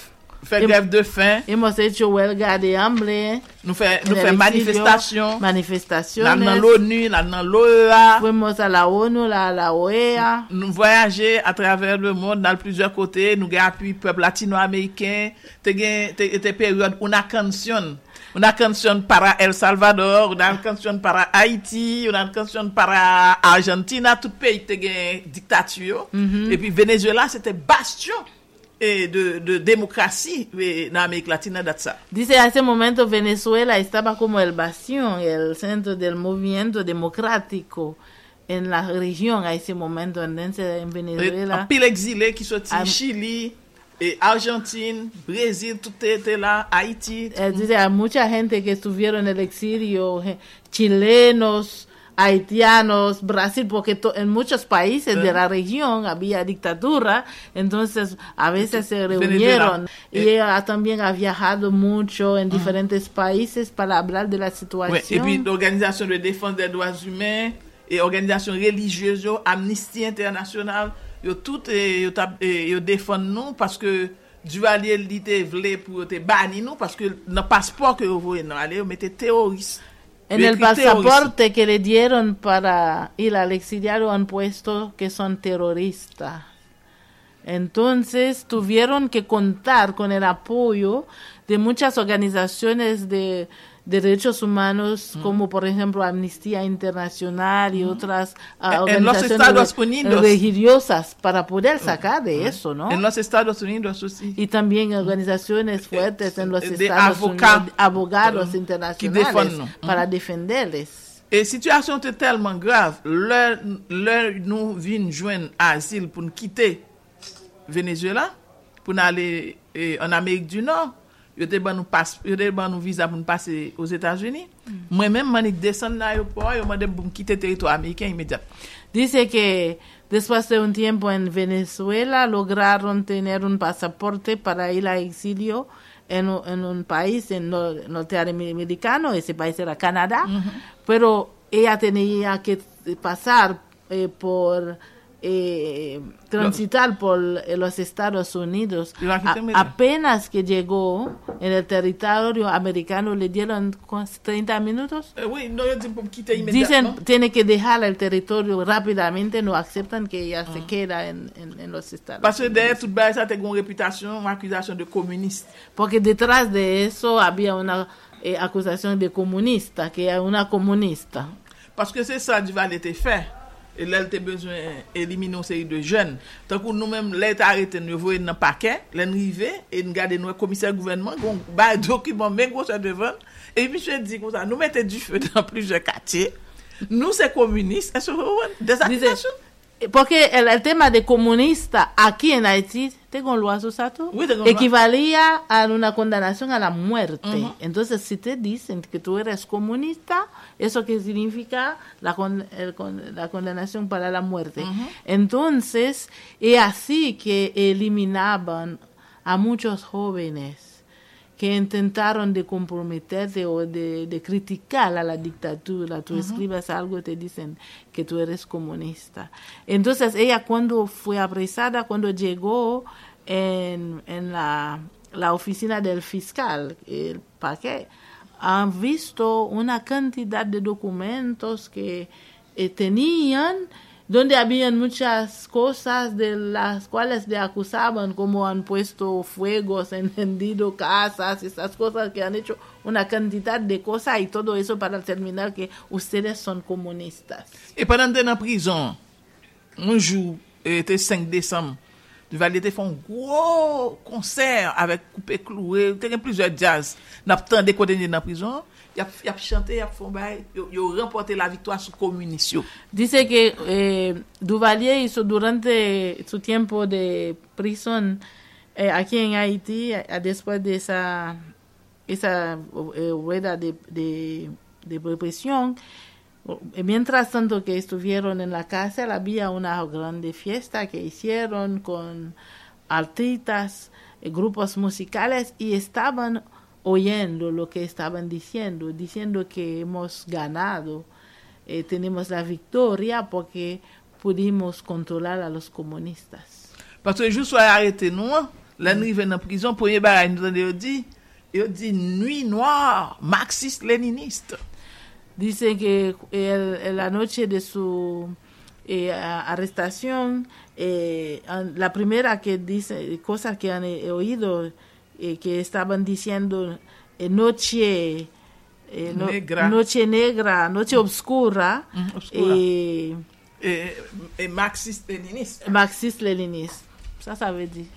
fè
Et-
grèv de fin,
Hemos hecho huelga de hambre,
nou fè,
en
nou
el
fè
exilio,
manifestasyon,
manifestaciones.
nan nan l'ONU, nan nan l'OEA,
Fuimos a la ONU, la, a la OEA.
nou voyaje a travers le monde nan plusieurs kote, nou gen apuy pep latino-ameriken, te gen, te, te peryode, una kansyon, una kansyon para El Salvador, una kansyon para Haiti, una kansyon para Argentina, tout peyi te gen diktatüyo, e pi Venezuela, se te bastion eh, de, de demokrasi eh, nan Amerik Latina dat sa.
Dice, hace momento Venezuela estaba como el bastión, el centro del movimiento democrático en la región a ese momento, entonces en Venezuela.
An pil exilè ki soti
Am-
Chili, e Argentine, Brésil, tout te te la, Haiti.
Eh, dice, hay mucha gente que estuvieron en el exilio, je- chilenos, haitianos, Brasil, porque to- en muchos países de la región había dictadura, entonces a veces se
Venezuela.
reunieron. Y
Eh.
ella también ha viajado mucho en diferentes países para hablar de la
Ouais, et puis
situación.
l'Organisation de défense des droits humains et organisation religieuse, yo, Amnesty International, yo tout eh, yo, tap- eh, yo défend nous parce que Duvalier li te vle pou yo te bani nou parce que nan passeport que non, yo voye nan ale, yo mette terroriste.
En
Yo
el
ekri terroriste.
pasaporte que le dieron para ir al exiliado han puesto que son terroristas. Entonces tuvieron que contar con el apoyo de muchas organizaciones de derechos
Mm.
humanos, como por ejemplo Amnistía Internacional y otras ah,
En- en los
organizaciones
Estados
re-
Unidos. Mm.
religiosas para poder sacar de eso, ¿no?
En los Estados Unidos aussi.
y también organizaciones fuertes en los
de
Estados
avocá-
Unidos, abogados
que
internacionales
defienden.
para defenderles.
E situasyon te telman grav, lè lè nou vin jwen asil pou nou kite Venezuela, pou nou ale eh, en Amerik du Nord, yo te ban nou, pas, yo te ban nou visa pou nou pase os Etats-Unis. Mwen men manik desen nan yo po, yo mandem pou nou kite teritwa Ameriken imediat.
Dice que después de un tiempo en Venezuela lograron tener un pasaporte para ir a exilio en, u- en un país en no- norteamericano, ese país era Canadá, pero ella tenía que pasar eh, por, eh, transitar por eh, los Estados Unidos.
Y la gente
A-
mira.
apenas que llegó en el territorio americano le dieron ¿cuán- 30 minutos
Eh, oui, nou yo di pou nou kite imediat.
Dicen,
non?
tiene que dejar el territorio rápidamente, no aceptan que ella se queda en, en- en los Estados
Paske
Unidos.
deye tout baye sa te gon reputasyon, akuzasyon de komunist.
Porque detrás de eso había una eh, acusación de comunista, que era una comunista.
Paske se sa Duval ete fe. E lè l te bezwen elimine ou seri de jen. Tankou nou mèm lè te arete nou voye nan pake, lè nou rive, e nou gade nou e komiser gouvenman, goun baye dokumen men gwo se devan. E pi se di kon sa, nou mette du fe nan pluje katye. Nou se komunist, e se wè,
Dice,
desaktasyon.
eh, porque el, el tema de comunista aquí en Haití, tengo lo asociado,
Oui, tengo lo-
equivalía a una condenación a la muerte. Entonces, si te dicen que tú eres comunista, eso que significa la, con- el con- la condenación para la muerte. Entonces, es así que eliminaban a muchos jóvenes que intentaron de comprometerse o de, de criticar a la dictadura. Tú escribes algo y te dicen que tú eres comunista. Entonces ella cuando fue apresada, cuando llegó en, en la, la oficina del fiscal, el paquete, han visto una cantidad de documentos que eh, tenían donde habían muchas cosas de las cuales le acusaban, como han puesto fuegos, encendido casas, esas cosas que han hecho una cantidad de cosas y todo eso para terminar que ustedes son comunistas.
E padan te nan prizon, un jou, e, te 5 Desem, Duval ete fon gwo konser avèk koupe klouè, te gen plizè jazz, nap tan dekodenye nan prizon, yap, yap chante, yap fon bay, yo, yo rempote la victoire sou komunisyon.
Dice que eh, Duvalier hizo durante su tiempo de prisión eh, aquí en Haití, a- a- después de esa, esa eh, rueda de, de, de represión, o- eh, mientras tanto que estuvieron en la cárcel, había una grande fiesta que hicieron con artistas, eh, grupos musicales y estaban oyendo lo que estaban diciendo, diciendo que hemos ganado eh, tenemos la victoria porque pudimos controlar a los comunistas.
Paske jou sou arete nou, an, lè nou yve nan prizon, pou yè baray nou tande yo di, yo di nui noir, marxist-leniniste.
Dice que el- en la noche de su eh, a- arrestación, eh, an- la primera que dice, cosa que han eh, oído, eh, que estaban diciendo eh, noche, eh, no-
Negra.
noche negra, noche obscura,
Mm, obscura.
eh,
E, e marxist-leniniste.
marxist-leninista. Ça, ça veut dire.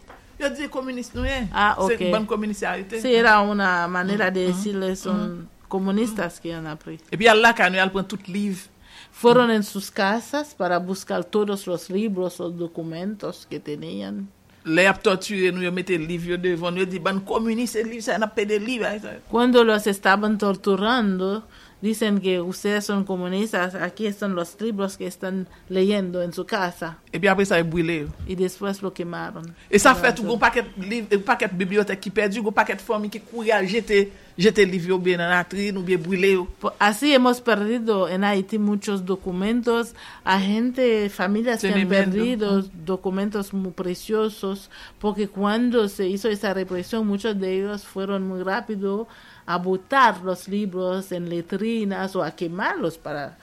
Yo di komunist nou yè.
Ah,
Se
ok.
bon komunist arete.
Sí, era una
Mm,
manera de decirles son comunistas que han aprendido.
E pi al la ka nou al pren tout liv
Fueron en sus casas para buscar todos los libros, los documentos que tenían.
Le ap torture nou yo mette liv yo devon, yo di ban komuni se liv sa, nap pe de liv. ay, sa.
Cuando los estaban torturando, dicen que ustedes son comunistas, aquí están los libros que están leyendo en su casa.
E pi apre sa yon brile yo.
Y después lo quemaron.
E sa fet ou goun paket, liv, eh, paket bibliotek ki perdi, goun paket fomi ki kouye al jete, jete liv yo be nan atri, nou be brile yo.
Po- Así hemos perdido en Haití muchos documentos, a gente, familias que han
Tremendo.
perdido documentos muy preciosos, porque cuando se hizo esa represión, muchos de ellos fueron muy rápido a botar los libros en letrinas o a quemarlos para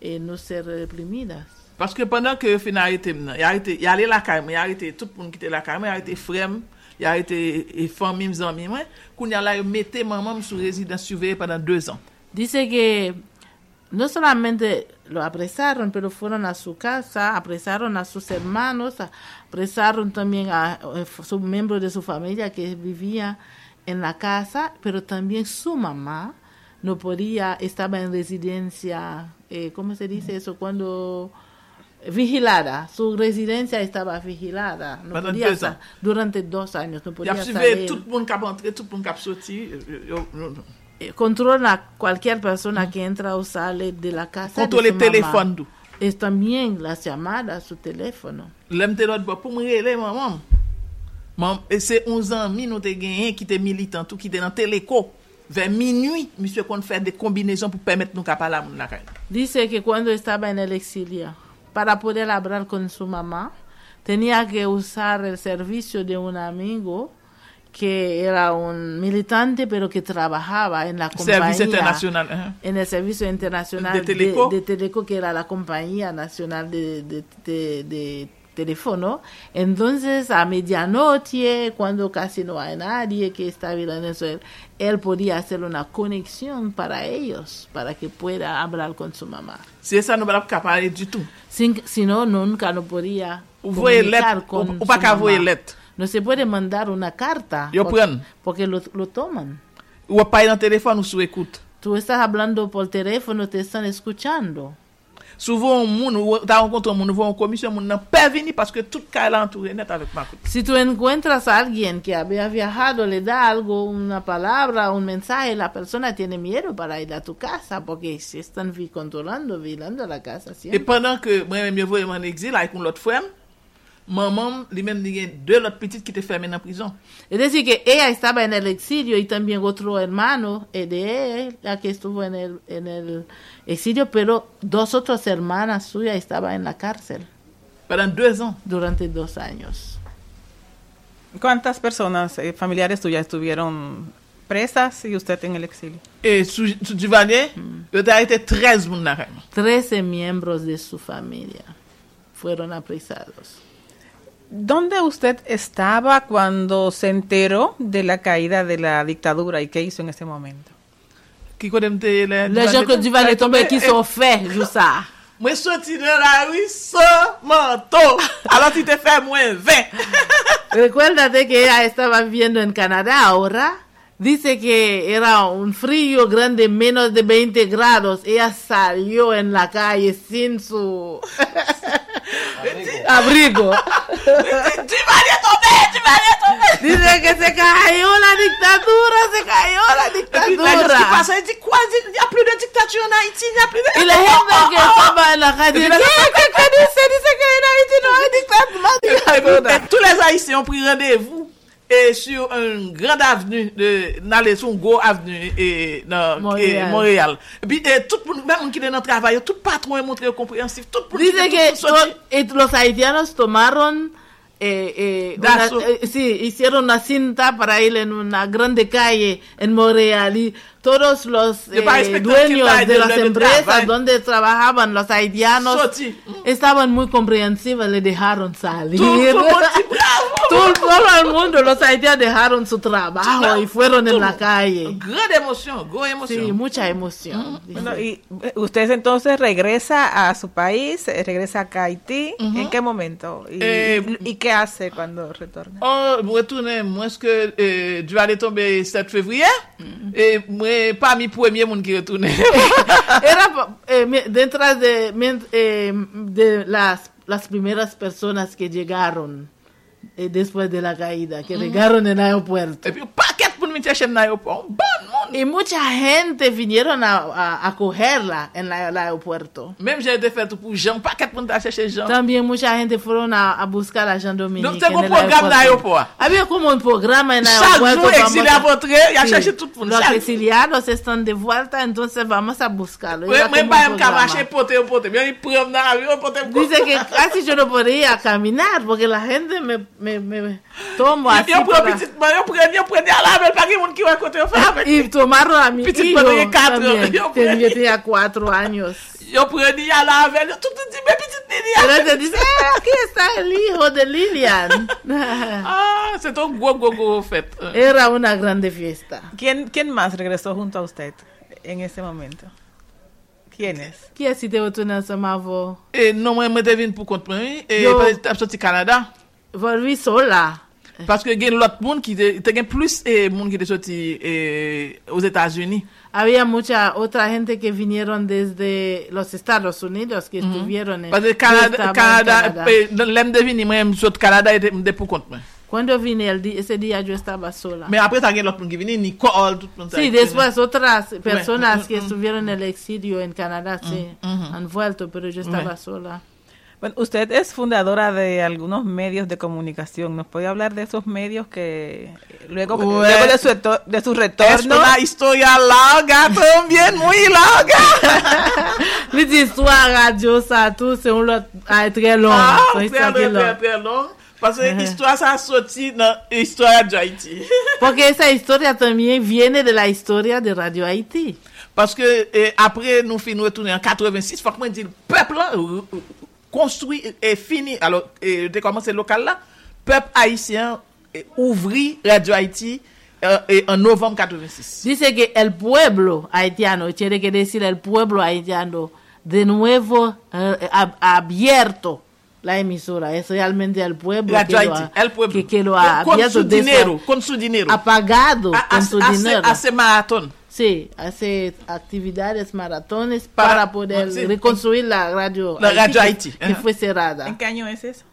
eh, no ser reprimidas.
Paske pandan ke yo fin arete mnen, y ale la kayme, y arete tout pou nou kite la kayme, y arete frem, y arete e fami mzan mi mwen, koun ya la yo mette maman m sou rezidans suveye pandan 2 an.
Dice que no solamente lo apresaron, pero fueron a su casa, apresaron a sus hermanos, a- apresaron también a, eh, su miembro de su familia que vivía en la casa, pero también su mamá no podía, estaba en residencia, eh, ¿cómo se dice eso? Cuando vigilada, su residencia estaba vigilada, no
Durante
podía
dos
sa-
años.
durante dos años, no podía
Y ap suveye
salir.
tout moun kap antre, tout moun kap soti, yo- yo- yo- yo-
Eh, controla cualquier persona que entra o sale de la casa. de
kontrole
su mamá.
telefon dou.
Es también las llamadas, su teléfono.
Lem te lot bo pou m rele maman. Mam, e se 11 an mi nou te genyen ki te militant ou ki te nan teleko. Ve minui, misye kon fè de kombinezon pou pèmèt nou kap ala moun la kayme.
Dice que cuando estaba en el exilio, para poder hablar con su mamá, tenía que usar el servicio de un amigo que era un militante, pero que trabajaba en la compañía.
Servis internasyonal. eh.
en el Servicio Internacional
De Teleco.
de Teleco, que era la compañía nacional de, de- de- de teléfono. Entonces, a medianoche, cuando casi no hay nadie que está mirando eso, él, él podía hacer una conexión para ellos, para que pueda hablar con su mamá.
Se sa nou balap kap ale du tout.
Sin- si no, nunca no podía
Ou voye
comunicar
let,
con
ou- ou
su
pa ka
mamá.
voye let.
No se puede mandar una carta.
Yo
porque-
pren.
Porque lo- lo toman.
Ou ap paye nan telefon ou sou ekoute.
Tú estás hablando por teléfono, te están escuchando.
Souvent, moun, ou ta renkontre moun, ou vwa an komisyon, moun nan pe vini paske tout ka la entoure net avèk makout.
Si tú encuentras a alguien que había viajado, le da algo, una palabra, un mensaje, la persona tiene miedo para ir a tu casa porque se están vi- controlando, vigilando la casa
E
siempre.
pandan ke mwen mè mè vwe mwen exil, a yon lot fwem, maman li mèm li gen de lot petit ki te ferme nan prison.
Es decir, que ella estaba en el exilio y también otro hermano eh, de ella que estuvo en el, en el exilio, pero dos otras hermanas suyas estaban en la cárcel
Padan 2 an.
durante dos años.
¿Cuántas personas eh, familiares tuyas estuvieron presas y usted en el exilio?
E sou, sou Duvalier, yo te arete 13 moun nan rem.
Trece miembros de su familia fueron apresados.
¿Dónde usted estaba cuando se enteró de la caída de la dictadura y qué hizo en ese momento?
Ki konen te le...
Les gens que
eh,
Duvalier tombé qui sont faits, je ça.
Mwen soti de la rue sans manteau. Alors ti te fè mwen 20.
Recuérdate que ella estaba viviendo en Canadá ahora. Dice que era un frío grande, menos de 20 grados. Ella salió en la calle sin su abrigo.
Duvalier tombe, Duvalier tombe.
Dice que se cayó la dictadura, se cayó la
E pi la jous ki
dictadura.
pase, di kwa, di a pli de diktatou en Haiti, di a pli de...
Y la gente que estaba en la calle, ¿qué, qué, qué dice? Dice que en Haití no hay dictadura.
Et tous les Haïtiens ont pris rendez-vous et sur une grande avenue de n'aller sur une grande avenue et dans
Montréal.
et Montréal. Et puis et tout le monde, même qui est dans le travail, tout patron est montré compréhensif, tout le monde
Dice
tout
que
le monde sorti.
to- eh, los haitianos tomaron, eh, eh, una-
Dazo.
eh, sí, hicieron una cinta para ir en una grande calle en Montreal y todos los
De para
eh,
respetar
dueños
que la-
de
de-
las
de- de
empresas
trabajo.
donde trabajaban los haitianos
Sorti.
estaban muy comprensivos, le dejaron salir.
Tout- tout le monde dit bravo.
Todo todo el mundo, los haitianos dejaron su trabajo y fueron en la calle.
Grande emoción, go emoción. Mm.
Sí, mucha emoción. dice.
Bueno, y eh, usted entonces regresa a su país, eh, regresa acá a Haití. ¿En qué momento? ¿Y,
Eh,
y qué hace cuando retorna?
Oh, mwen tounen, mwen ske euh, du ale tombe 7 fevriye, e mwen pa mi premye moun ki retounen.
Era pa- eh, mi- dentro de, mien- eh, de las, las primeras personas que llegaron eh, después de la caída, que llegaron en el aeropuerto.
e pi paket moun mi chèche nan yo pon, bon moun.
Y mucha gente vinieron a, a- a cogerla en la- el aeropuerto.
Mem jè de fèt pou jan, paket moun ta chèche jan.
También mucha gente fueron a, a buscar a Jean Dominique.
Donc, tengo
en el
programa en el aeropuerto.
Había como un programa en el
Chak
aeropuerto.
jou
vamos
exilè
a-
apotre, ya
Sí,
chèche tout moun.
Los
Chak-
exiliados están de vuelta, entonces vamos a buscarlo. Era
Mwen mwen
como
ba
un
yon
programa.
kamache pote yon pote, mwen yon prem nan avyon pote yon pote.
Dice que casi yo no podía caminar porque la gente me, me, me- me tomo así.
Yon prem
para-
pitit man, yon prem, yon prem, yon lavel pa ki moun ki wè kote yon fè avèk.
y tomaron a mi
Petit
hijo
cuando de cuatro,
también.
yo,
Ten-
pues.
Yo tenía cuatro años.
Yon prem, yon lavel, yon toutou di, mè pitit nini avèk.
Pero te dice, "Ah, aquí está el hijo de Lilian.
Ah, se ton gwo gwo gwo fèt.
Era una grande fiesta.
¿Quién, ¿Quién más regresó junto a usted en ese momento? ¿Quiénes?
¿Quién si te votó Samavo?
E non mwen mwen devine pou kont mwen, e
Yo.
pa- tap soti Kanada.
Volví sola.
Paske gen lot moun ki te, te gen plus e moun ki te soti e, os Etats-Unis.
Había mucha otra gente que vinieron desde los Estados Unidos que estuvieron en,
Paske
yo
Kanada,
estaba en
Kanada,
Canadá.
e, lem devine mwen mwen soti Kanada e mwen de pou kont mwen.
Cuando vine el di- ese día yo estaba sola.
Men apre ta gen lot moun ki vini, Nicole, tout moun sa.
Sí, después otras personas
mm,
que estuvieron en el exilio en Canadá sí,
ujú.
han vuelto, pero yo estaba
Bueno.
sola.
Bueno, usted es fundadora de algunos medios de comunicación. ¿Nos puede hablar de esos medios que eh, luego,
Pues-
luego de, su eto- de su
Es
retorno?
una historia larga tambien, muy larga.
Les histoires radiosas, tout, c'est un ah, très long.
Ah,
son
très,
histoire qui est
très, très,
longue.
très long. Paske histwa sa soti nan histwa di Haiti.
Porque esa historia también viene de la historia de Radio Haití.
Paske eh, apre nou fin nou etounen an 86, fak mwen di, pep la, konstoui e fini, alo, e te komanse lokal la, pep Haitien eh, ouvri Radio Haiti eh, eh, en novem 86.
Dice que el pueblo haitiano, tiene que decir el pueblo haitiano, de nuevo eh, ha- ha abierto la emisora. Es realmente el pueblo
Radio
que lo
Haiti,
ha,
el pueblo.
que, que lo ha
Kon
abierto.
sou
desde-
dinero, kon sou dinero.
ha pagado
A-
con
as-
su
hace-
dinero.
Hace maraton.
Sí, hace actividades, maratones
Para-
para, poder
sí.
reconstruir la radio
La Radio
que-
Haití,
que,
ajá.
fue cerrada.
¿En qué año es eso?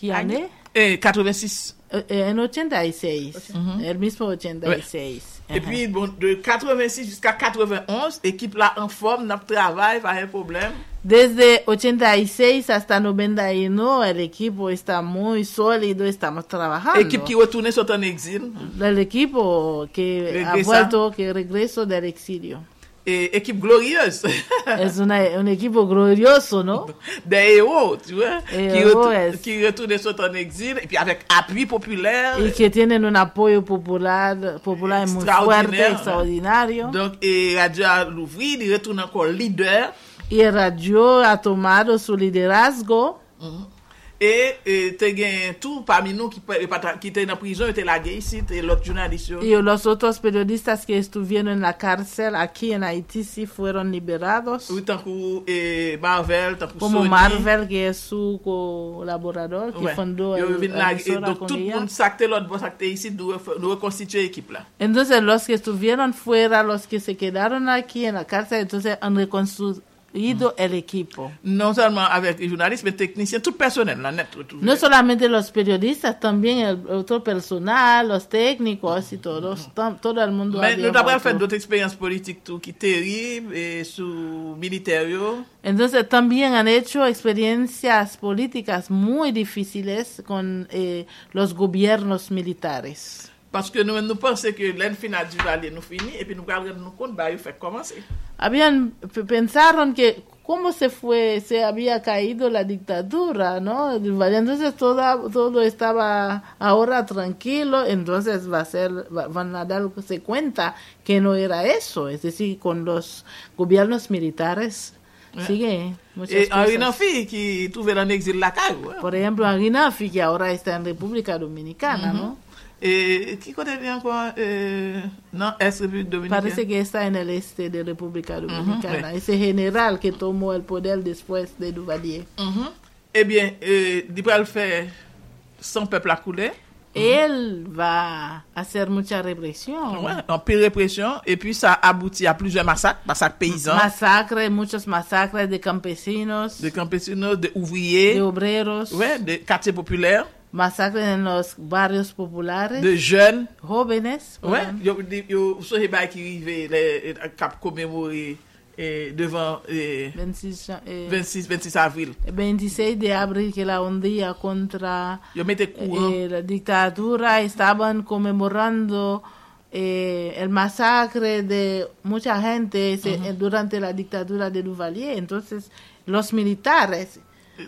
¿Qué año?
año?
Eh, 86.
Eh, eh, En 86, el mismo 86.
Et
ajá.
puis, bon, de 86 jusqu'à 91, équipe là en forme, n'a travail, pas de problème.
Desde 86 hasta 91 el equipo está muy sólido, estamos trabajando.
Équipe qui retournait sur ton exil.
El equipo que ha
Regresa.
vuelto, que regreso del exilio.
Et équipe glorieuse.
es una- un equipo glorioso, ¿no?
des héros, tu vois, qui,
Héros,
retou-
est-ce-
qui retournent sur ton exil, et puis avec appui populaire.
y que tienen un apoyo popular, popular muy fuerte,
Extraordinaire.
extraordinario.
Donc, et Radio a l'ouvrir, il retourne encore leader.
Y el radio ha tomado su liderazgo.
Et, et t'as gagné tout parmi nous qui, pa- pata- qui étaient en prison, étaient largués ici, t'es l'autre journaliste. yo.
Y los otros periodistas que estuvieron en la cárcel aquí en Haití sí fueron liberados.
Oui, tant que et Marvel, tant que
Como
Sony.
Marvel, que es su colaborador, que
Ouais.
fundó
Yo
el-
vin
la
la- et
emisora
donc
con
tout le
ella.
monde sacté l'autre boss sacté ici, nous, ref- nous reconstituer l'équipe là.
Entonces los que estuvieron fuera, los que se quedaron aquí en la cárcel, entonces han reconstruido el equipo.
Non seulement avec les journalistes, mais techniciens, tout le personnel, la net. tout-
No solamente los periodistas, también el otro personal, los técnicos y todos, tam- todo el mundo.
Mais
había
nous avons
vuelto.
fait d'autres expériences politiques tout, qui terribles et sous militaires. yo.
Entonces también han hecho experiencias políticas muy difíciles con eh, los gobiernos militares.
Parce que nous, nous pensons que l'année finale du Valier nous finit et puis nous allons nous compte, bah, il fait commencer.
Habían p- pensaron que cómo se fue, se había caído la dictadura, ¿no? Entonces toda, todo estaba ahora tranquilo, entonces va a ser, va- van a darse cuenta que no era eso, es decir, con los gobiernos militares Sigue, muchas
E Henri
cosas.
Nanfi ki touve lan exil la kayou.
Por ejemplo, Henry Nafi, que ahora está en República Dominicana,
Mhm.
¿no?
E ki kote li ankon eh, nan S-Republik
Parece
Dominikyan?
que está en el este de República Dominicana. Ese general que tomó el poder después de Duvalier.
Ebyen, eh, di pral fè san pepl akoule,
Él va a hacer mucha represión.
an pi represyon, e pi sa abouti a pluje masak, masak peyizan,
Masacres, muchos masacres de campesinos,
de
de,
kampesinos, de ouvriye,
obreros,
ouais, de katye popüler,
masacres en los barrios populares,
de jen,
jóvenes.
ouais,
¿verdad?
yo, di- yo sou hebay ki rive le, kap komemori eh, devan eh,
26, eh,
26, 26 avril.
26 de abril que la hundía contra
Yo mette kouran.
eh, la dictadura estaban conmemorando eh, el masacre de mucha gente se- eh, durante la dictadura de Duvalier. Entonces, los militares,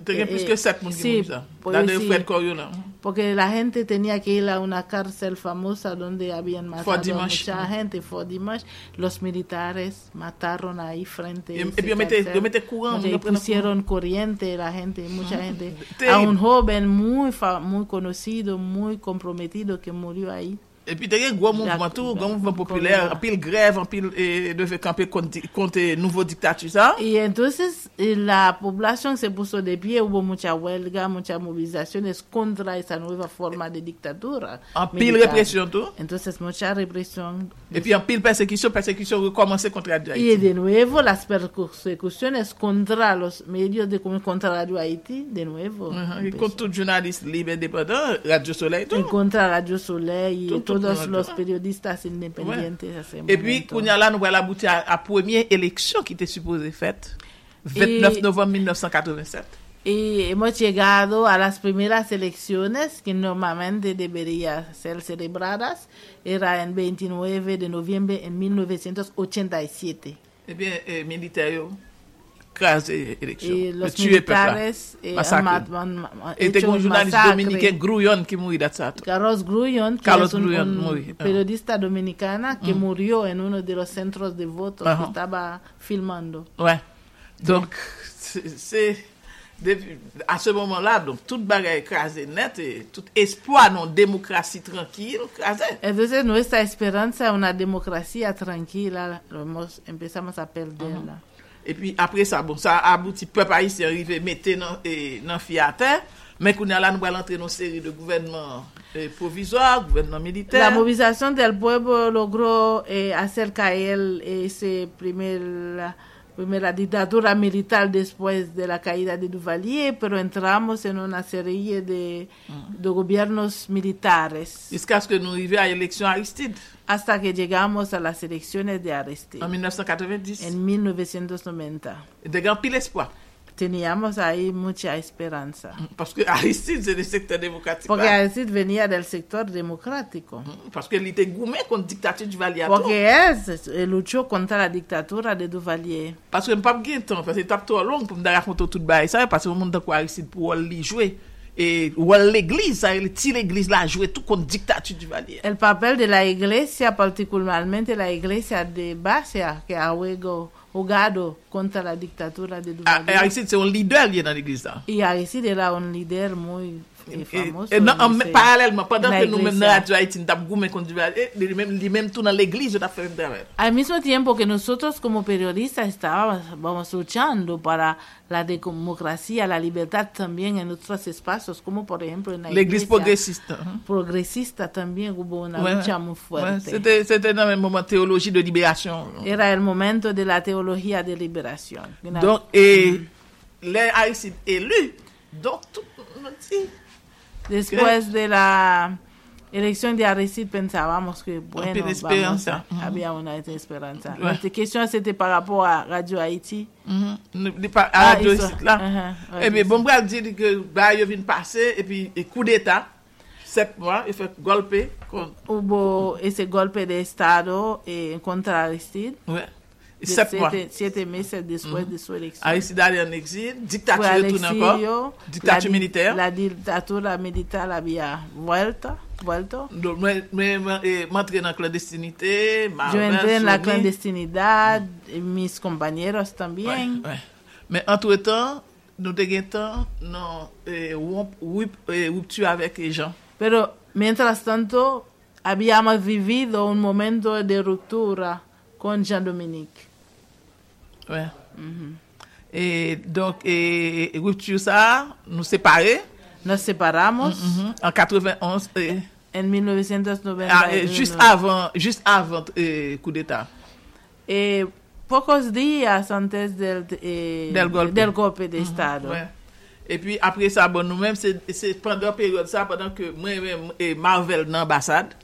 Te gen
eh,
plus ke 7 moun ki
si,
moun sa.
pou
La
yo
de
si-
Fred Coriolan.
porque la gente tenía que ir a una cárcel famosa donde habían matado a
Dimanche.
mucha gente, por Dimanche, los militares mataron ahí frente
Y-
a
y
ese
yo mete-
cárcel.
yo mete curan,
Oye,
yo
y
prendo
pusieron corriente la gente, mucha gente, a
Terrible.
un joven muy, fa- muy conocido, muy comprometido que murió ahí.
E pi te gen gwo mouvment
La-
tou, gwo
la-
mouvment
Coriolan.
popüler, an pil grev, an pil eh, deve kampe konti- konte nouvo diktatu sa.
Y entonces eh, la población se puso de pie, hubo mucha huelga, muchas movilizaciones contra esa nueva forma de dictadura.
An pil
militar.
represyon tou.
Entonces mucha represión.
E pi an pil persekisyon, persekisyon rekomanse kontra Radio
Y
Haiti.
de nuevo las persecuciones contra los medios de comunicación, contra Radio Haití, de nuevo.
Mhm,
empezó.
Kont tout jounalist libe independant, Radio Soleil
Y
tou.
contra Radio Soleil y
Todo- todo
todos
Radio.
los periodistas independientes. hace
E pi
momento.
kounya la nou wè la bouti a, a premier eleksyon ki te suppose fèt. 29
Et-
novembre 1987.
Y hemos llegado a las primeras elecciones que normalmente deberían ser celebradas. Era en 29 de noviembre en 1987.
E pi eh, militer yo, kras
Y
eleksyon.
los
Tue pepla.
militares eh,
Masacre.
han ma- han ma-
E te
hecho
kon
un
jounalist
masacre.
dominiken Grouyon ki mouri dat sa tou.
Carlos Grullón, que
Carlos
es un,
Grullón,
un
muy bien.
periodista dominicana que murió en uno de los centros de votos
Ajá.
que estaba filmando.
Ouais. Donc, c'est- c'est... depuis- À ce moment-là, donc, tout bagay écrasé net, et tout espoir non démocratie tranquille écrasé.
Entonces nuestra esperanza, una democracia tranquila, lo hemos- empezamos a perderla.
Et puis, après ça, bon, ça abouti, peuple haïtien arrivé, mettez nan, eh, nan fi à terre, mais qu'on a là, nous allons entrer dans une série de gouvernements eh, provisoires, gouvernements
La
militaires.
movilización del pueblo logró eh, hacer caer ese primer, la primera dictadura militar después de la caída de Duvalier, pero entramos en una serie de, de gobiernos militares.
Jusqu'à ce que nous arrivions à l'élection Aristide,
hasta que llegamos a las elecciones de Aresti
en 1990.
en 1990.
De grand pile espoir.
Teníamos ahí mucha esperanza,
Parce que Aristide, c'est le secteur démocratique.
porque
là.
Aresti venía del sector democrático,
Parce que l'ité gourmet contre dictature du Valiato.
porque él se- eh, luchó contra la dictadura de Duvalier.
Paske m pap gen tan, paske tap to long pou m da rakonto tout baye sa, paske m moun tan kwa Aristide pou wol li jwe. E wol l'eglise, sa el ti l'eglise la jwe tout kon diktatu du valier.
El papel de la iglesia, particularmente la iglesia de Basia, que ha juego- jugado contra la dictadura de
A-
Duvalier.
e Aristide se yon lider liye nan l'eglise la.
y Aresti era un líder muy eh, famoso.
E nan, an,
en ese-
paralelman, padan
la
ke nou men
iglesia.
nan Radio Haiti, nou tap goumen kon du valier, li men, li men tou nan l'eglise, yo tap fè mèm travèl.
Al mismo tiempo que nosotros como periodistas estábamos vamos luchando para la democracia, la libertad también en otros espacios, como por ejemplo en la
L'eglise
iglesia
progresiste. hein.
progresista también hubo una
Ouais,
lucha muy
ouais,
fuerte.
C'était c'était nan men moment teologi de liberasyon.
Era el momento de la teología de liberación. Una-
Donk, e le Aristide elu, donk tout, nou ti,
Después de la elección de Aristide pensábamos que bueno,
pide
vamos a-
esperanza. Ujú.
había una Este, esperanza.
Ouais.
La cuestión c'était par rapport a Radio Haití.
nou- li pa
Mhm. Ah,
a Radio
ils sont-
Haiti la.
Uh-huh,
Ebe,
Radio
bon bral di di ke ba yo vin pase, epi e kou d'Etat, sep mwa, e fek golpe, kon,
hubo ese golpe de Estado eh, contra Aristide.
wè,
de
sep mwa.
siete, siete meses después de su elección.
Aristide ale Ah, en exil,
Fue
diktatou
al
tou nan kon,
exilio,
diktatou
la di-
militer.
La dictadura militar había vuelto. vuelto.
Do, Mwen mwen- e, m'entre nan klandestinite, ma
Yo
wè,
entré en la
soumi. Mm.
clandestinidad, y mis compañeros
Wè,
también.
wè. Men antre tan, nou te gen tan nan eh, wuptu avèk e jan.
Pero mientras tanto, habíamos vivido un momento de ruptura con Jean-Dominique.
Wè. E donk, e wuptu sa, nou separe.
Nos separamos
Mhm. En 91, eh,
en
ah,
1991.
eh, just avan, just avan eh, kou d'Etat.
Eh, pocos días antes del, eh,
Del golpe.
de Estado.
Ouais. E pi apre sa bon nou menm, se se pandan peryode sa, pandan ke mwen menm e Marvel nan ambasade,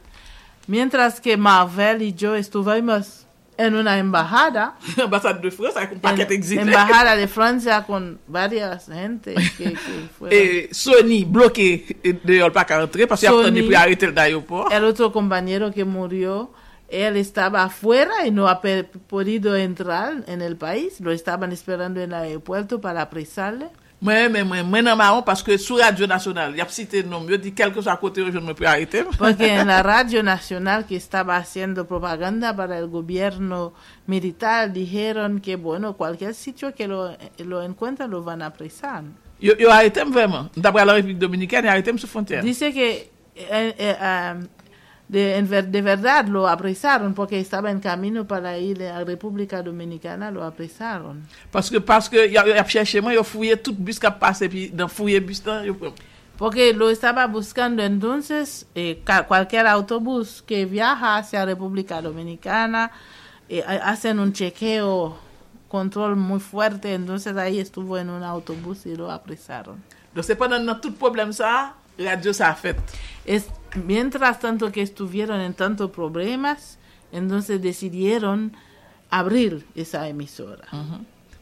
Mientras que Marvel y yo estuvimos en una embajada,
ambasade de France ak un
en,
paket egzile,
embajada de Francia con varias gente que, que fueron.
e Sony bloke e de yol pa ka rentre, pasi ap
Sony.
tani pou arete l da yo po.
El otro compañero que murió, él estaba afuera y no ha pe- podido entrar en el país. Lo estaban esperando en el aeropuerto para apresarle.
Mwen men mwen mwen nan maron, paske sou Radio National, yap site nom, yo di kelke sa kote yo joun mwen pou arete.
Porque en la radio nacional que estaba haciendo propaganda para el gobierno militar dijeron que, bueno, cualquier sitio que lo, eh, lo encuentran lo van a apresar.
Yo, yo arete m vreman, dapre la Republik Dominikane, arete m sou fonter.
Dice que eh, eh, ah, de, en ver- de verdad lo apresaron porque estaba en camino para ir a República Dominicana, lo apresaron.
Paske, paske, yo yo ap chèche mwen, yo fouye tout bus kap pase, pi dan fouye bus tan, yo pren.
Porque lo estaba buscando entonces eh, ca- cualquier autobús que viaja hacia República Dominicana, eh, ha- hacen un chequeo, control muy fuerte, entonces ahí estuvo en un autobús y lo apresaron.
Don se pandan nan tout problem sa, radio sa fèt.
Es, mientras tanto que estuvieron en tantos problemas, entonces decidieron abrir esa emisora.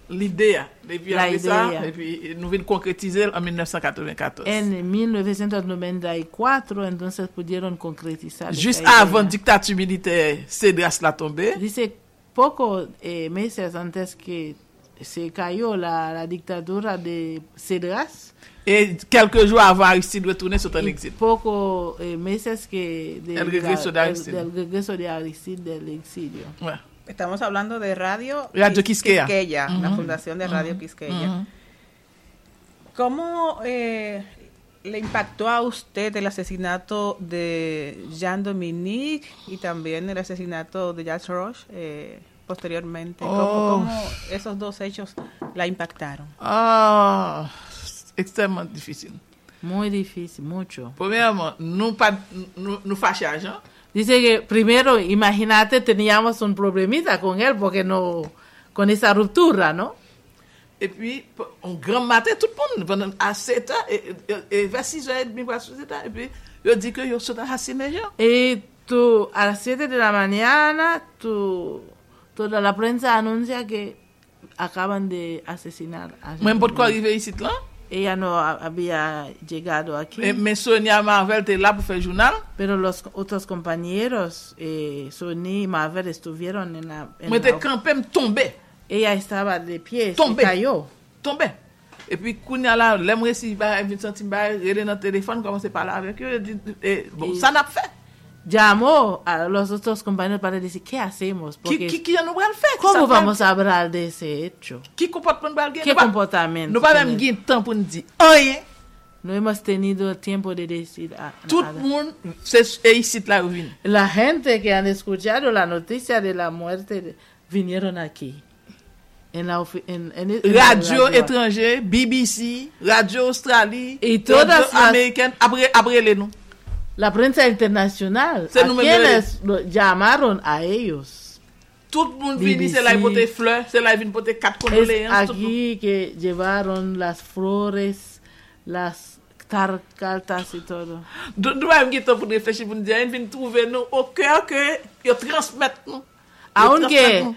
L'idée, hein, ya. Et puis
La
après ça,
idée, ya.
et puis nous venons concrétiser en 1994.
En 1994, entonces pudieron concretizar. esa
Juste
idea.
avant dictature militaire, Cédras la tombée.
Dice, pocos eh, meses antes que se cayó la, la dictadura de Cedras,
Et quelques jours avant Aristide retourner sur ton
y
exil.
pocos eh, meses que de
El regreso de
el-
Aristide.
del regreso de Aristide del exilio.
Ouais.
Estamos hablando de Radio,
Radio
Quis-
Quisqueya.
la fundación de Radio Quisqueya.
Mhm.
¿Cómo eh, le impactó a usted el asesinato de Jean Dominique y también el asesinato de Jacques Roche eh, posteriormente?
Oh.
¿Cómo, cómo esos dos hechos la impactaron?
Ah, c'est extrêmement difficile.
Muy difícil, mucho.
Premièrement, nous, pas, nous, nous fâchons agent.
Dice que primero, imagínate, teníamos un problemita con él porque no, con esa ruptura, ¿no?
Et puis, p- on grand matin, tout le monde, pendant à 7 heures, et, et- et vers 6 heures et demie, vers 7 heures, et puis, je dis que yo sont assassinés gens.
Y tú, a las 7 de la mañana, tú, toda la prensa anuncia que acaban de asesinar a
Moi, n'importe quoi arrivé ici, là.
Ella no ha- había llegado aquí,
Mais, mais Sonia Marvel était là pour faire journal.
pero los otros compañeros, eh, Sony y Marvel, estuvieron en la... en
Mwen te
la-
kampe m tombe,
ella estaba de pie,
Tombe.
se cayó.
tombe. E pi kounya la, lem resi ba, vin santi ba, rele nan telefon, komanse pala avek yo, di, eh, bon,
Et-
sa nap fe.
Llamó a los otros compañeros para decir, ¿qué hacemos?
Ki,
Porque,
ki, ki jan nou bral fe? Ki sa
¿Cómo
bral-
vamos a hablar de ese hecho?
Ki kompotman bral gen?
¿Qué
Nou pa-
comportamiento?
Nou pa
tener?
mèm gen tan pou nou di, oye,
No hemos tenido tiempo de decir a-
tout
nada.
moun, se e isit la ou vin.
La gente que han escuchado la noticia de la muerte de- vinieron aquí. En la ofi- en- en- en la
Radio etranje, BBC, Radio Australi,
Et todas
Radio
las-
Ameriken, apre, apre le nou.
La prensa internacional.
Se
¿A
no me
quiénes lo llamaron a ellos?
Tout moun vini,
BBC.
se la y pote fleur, se la y vini pote kat
Es
kondoleyans, tout moun.
aquí que llevaron las flores, las tar- cartas y todo.
Do- Nou mèm gen tan pou nou reflechi pou nou di, yon vini trouve nou au kèr ke yo transmèt nou.
Ah,
Yo transmèt
Aunque
nou.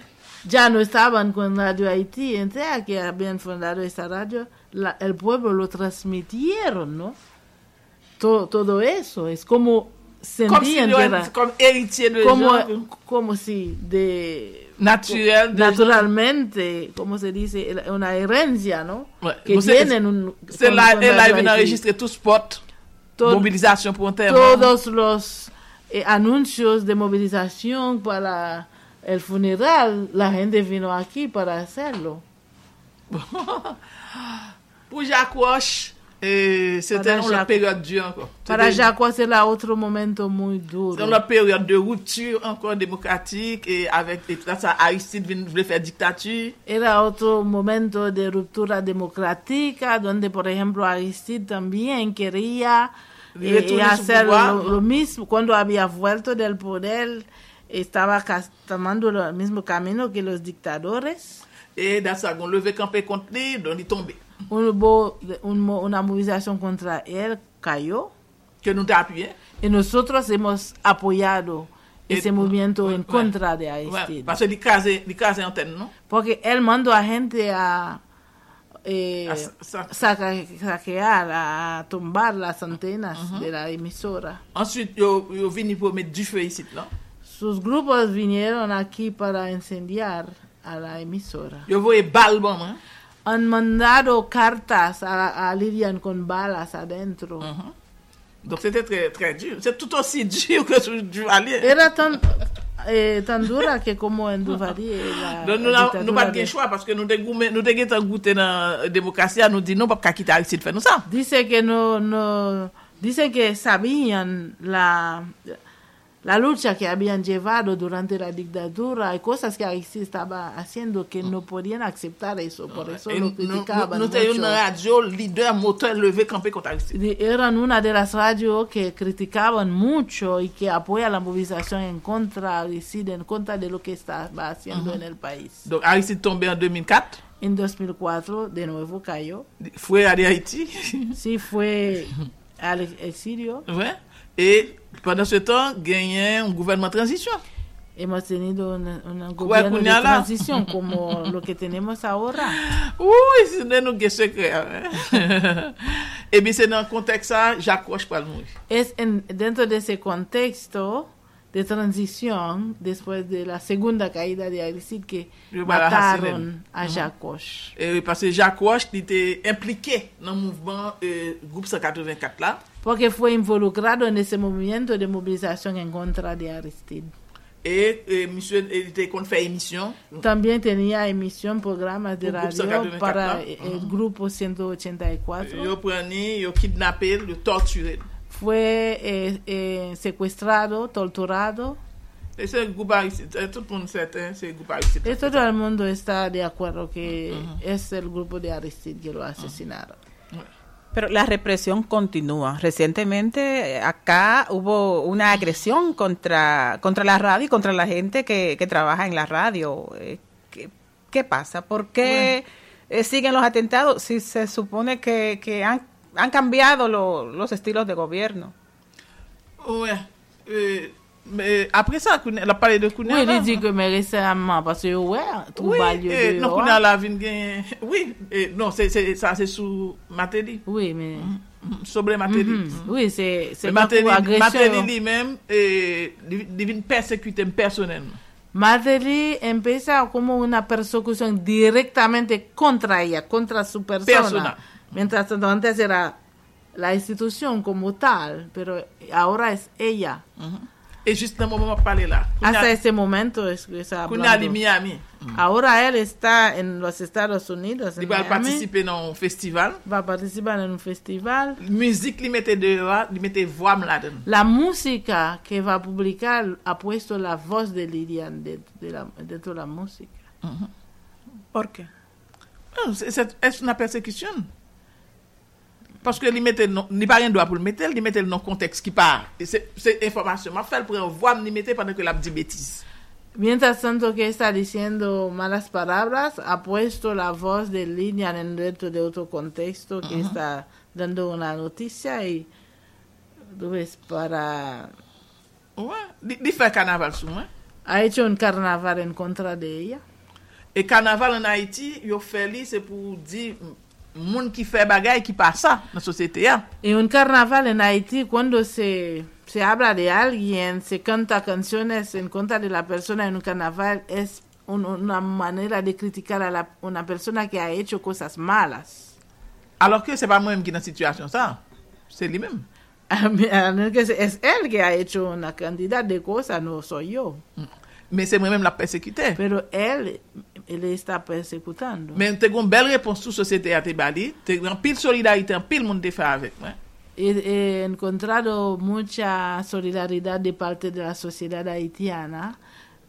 ya no estaban con Radio Haití entera, que habían fundado esa radio, la- el pueblo lo transmitieron, ¿no? To- todo eso, es como
Kom si
sentían
yo
que
en,
era-
kom eritye de jan,
como, como si de...
naturel de jan.
Naturalmente, como se dice, el- una herencia, ¿no?
Ouais,
Que
bon, c'est-
tienen un...
Se
con-
la,
con
el la
Radio
vini
Haití.
enregistre tout spot,
Todo-
mobilizasyon pou an terman.
todos los eh, anuncios de movilización para el funeral, la gente vino aquí para hacerlo.
Pou Jacques c'était
Para
dans la
Jacques-
période dure encore.
Para
C'était-
Jacó será otro momento muy duro.
Dans la période de rupture encore démocratique et avec et là, ça, Aristide vin- voulait faire dictature.
Era otro momento de ruptura democrática, donde, por ejemplo, Aristide también quería
Y
eh,
retuvo su
hacer
lugar,
lo,
¿no?
lo mismo. Cuando había vuelto del poder, estaba cas- tomando lo- el mismo camino que los dictadores.
Et dans ça, on levait campé contre lui, donc il tombait.
Hubo un mo- una movilización contra él, cayó.
Que nous t'appuyons.
Y nosotros hemos apoyado
Et-
ese movimiento en
Ouais.
contra de
Ouais,
Aristide.
parce qu'il casait, il casait antenne, non?
Porque él mandó a gente a, eh,
A sa-
saca- saquear, a tumbar las antenas de la emisora.
Ensuite, yo, yo vini pour mettre du feu ici, là.
Sus grupos vinieron aquí para incendiar a la emisora.
Yo voyais balle bon, hein.
Han mandado cartas a, a Lilian con balas adentro.
Mm. Uh-huh. Donc c'était très, très dur. C'est tout aussi dur que sous Duvalier.
Era tan, eh, tan dura que como en Duvalier. la
Donc nous n'avons
dictadura
pas
de-
de choix parce que nous avons goûté dans la démocratie, nous dit non, pas qu'à quitter Aristide faire nous ça.
Dice que no, no, dicen que sabían la, la lucha que habían llevado durante la dictadura. Hay cosas que ahí sí estaba haciendo que no podían aceptar eso, por eso
Et
lo
Nous nous-
criticaban
nous avons une
mucho.
radio leader, moteur levé, campé contre Aristide.
De- Eran una de las radios que criticaban mucho y que apoya la movilización en contra, deciden en contra de lo que estaba haciendo en el país.
Donc Aristide tombé en 2004,
En 2004, de nuevo cayó.
frère allé à Haïti.
Sí fue al exilio.
ouais. Et pendant ce temps, gagné un gouvernement de transition.
hemos tenido un, un gobierno de
cuñada.
transición como lo que tenemos ahora.
Oui, c'est nous avons secret. hein. Et bien c'est dans le contexte ça, j'accroche pas le mourir.
Es en, dentro de ese contexto de transición, después de la segunda caída de Aristide, que
Yo para
mataron a Jacosh.
Eh, parce que Jacques Roche il était impliqué dans le mouvement euh, groupe 184 là.
Porque fue involucrado en ese movimiento de movilización en contra de Aristide.
Et euh, monsieur, il était qu'on fait émission.
También tenía emisión, programas de
Un grupo 184, ¿no?
radio para eh, el grupo 184. bon.
Ils ont pris, ils ont kidnappé, ils ont torturé.
Fue eh, eh, secuestrado, torturado.
Et c'est le groupe Aristide. euh, Tout le monde sait, hein, c'est le groupe Aristide.
Eh, todo el mundo está de acuerdo que es el grupo de Aristide que lo asesinaron.
Pero la represión continúa. Recientemente eh, acá hubo una agresión contra, contra la radio y contra la gente que, que trabaja en la radio. Eh, ¿Qué, qué pasa? ¿Por qué eh, siguen los atentados si se supone que, que han, han cambiado lo- los estilos de gobierno?
Ouais. Euh, mais après ça, Kounia- elle a parlé de Kounia.
Oui,
là.
il dit que me récemment, parce que ouais, tout
Oui,
va lieu
eh,
de
non,
dehors.
Kounia la vin gen... Oui, eh, non, c'est- c'est- ça c'est sous Mateli.
Oui, mais...
Mm, Sobre Mateli.
Mhm. Oui, c'est c'est
Mais
pas pour
Mateli, Mateli
agression.
lui-même, eh, li, li vin persécuté personnellement.
Mateli empieza como una persecución directamente contra ella, contra su persona.
Persona.
Mientras tanto, antes era la institución como tal, pero ahora es ella.
Et juste dans le moment où on parlait là,
Hasta
Kounia-
ese momento es que está
Kounia li
hablando.
Miami.
Ahora él está en los Estados Unidos.
Li
en
va
Miami.
participer dans un festival.
va a participar en un festival.
Musique li mette dehors, li mette voix là-dedans.
La música que va a publicar ha puesto la voz de Lilian de- de la- dentro de la música.
¿Por qué?
Non, c'est- c'est- Est-ce une persécution? Parce que li mette, non- li pa rien droit pour le mettre, li mette dans contexte qui part. Et c'est- c'est information. Ma fait pour un voix, li mette pendant que l'a dit bêtise.
Mientras tanto que está diciendo malas palabras, ha puesto la voz de Lilian en dentro de otro contexto que está dando una noticia y tú ves, para
Ouais. Li, li fait carnaval sous moi.
ha hecho un carnaval en contra de ella.
Et carnaval en Haïti, yo fait li, c'est pour dire, m- moun qui fait bagay, qui passe ça, dans la société. ya.
En un carnaval en Haití, cuando se, se habla de alguien, se canta canciones en contra de la persona en un carnaval, es un- una manera de criticar a la, una persona que ha hecho cosas malas.
Alors que c'est pas moi-même qui est dans situation ça. C'est lui-même.
A mí- a mí que se- Es él que ha hecho una cantidad de cosas, no soy yo.
Mais c'est moi-même la persécutée.
Pero él ele está persecutando.
Men te goun bel repons sou sosete a te bali, te goun pil solidarite, an pil moun te fe avek mwen.
He, he encontrado mucha solidaridad de parte de la sociedad haitiana,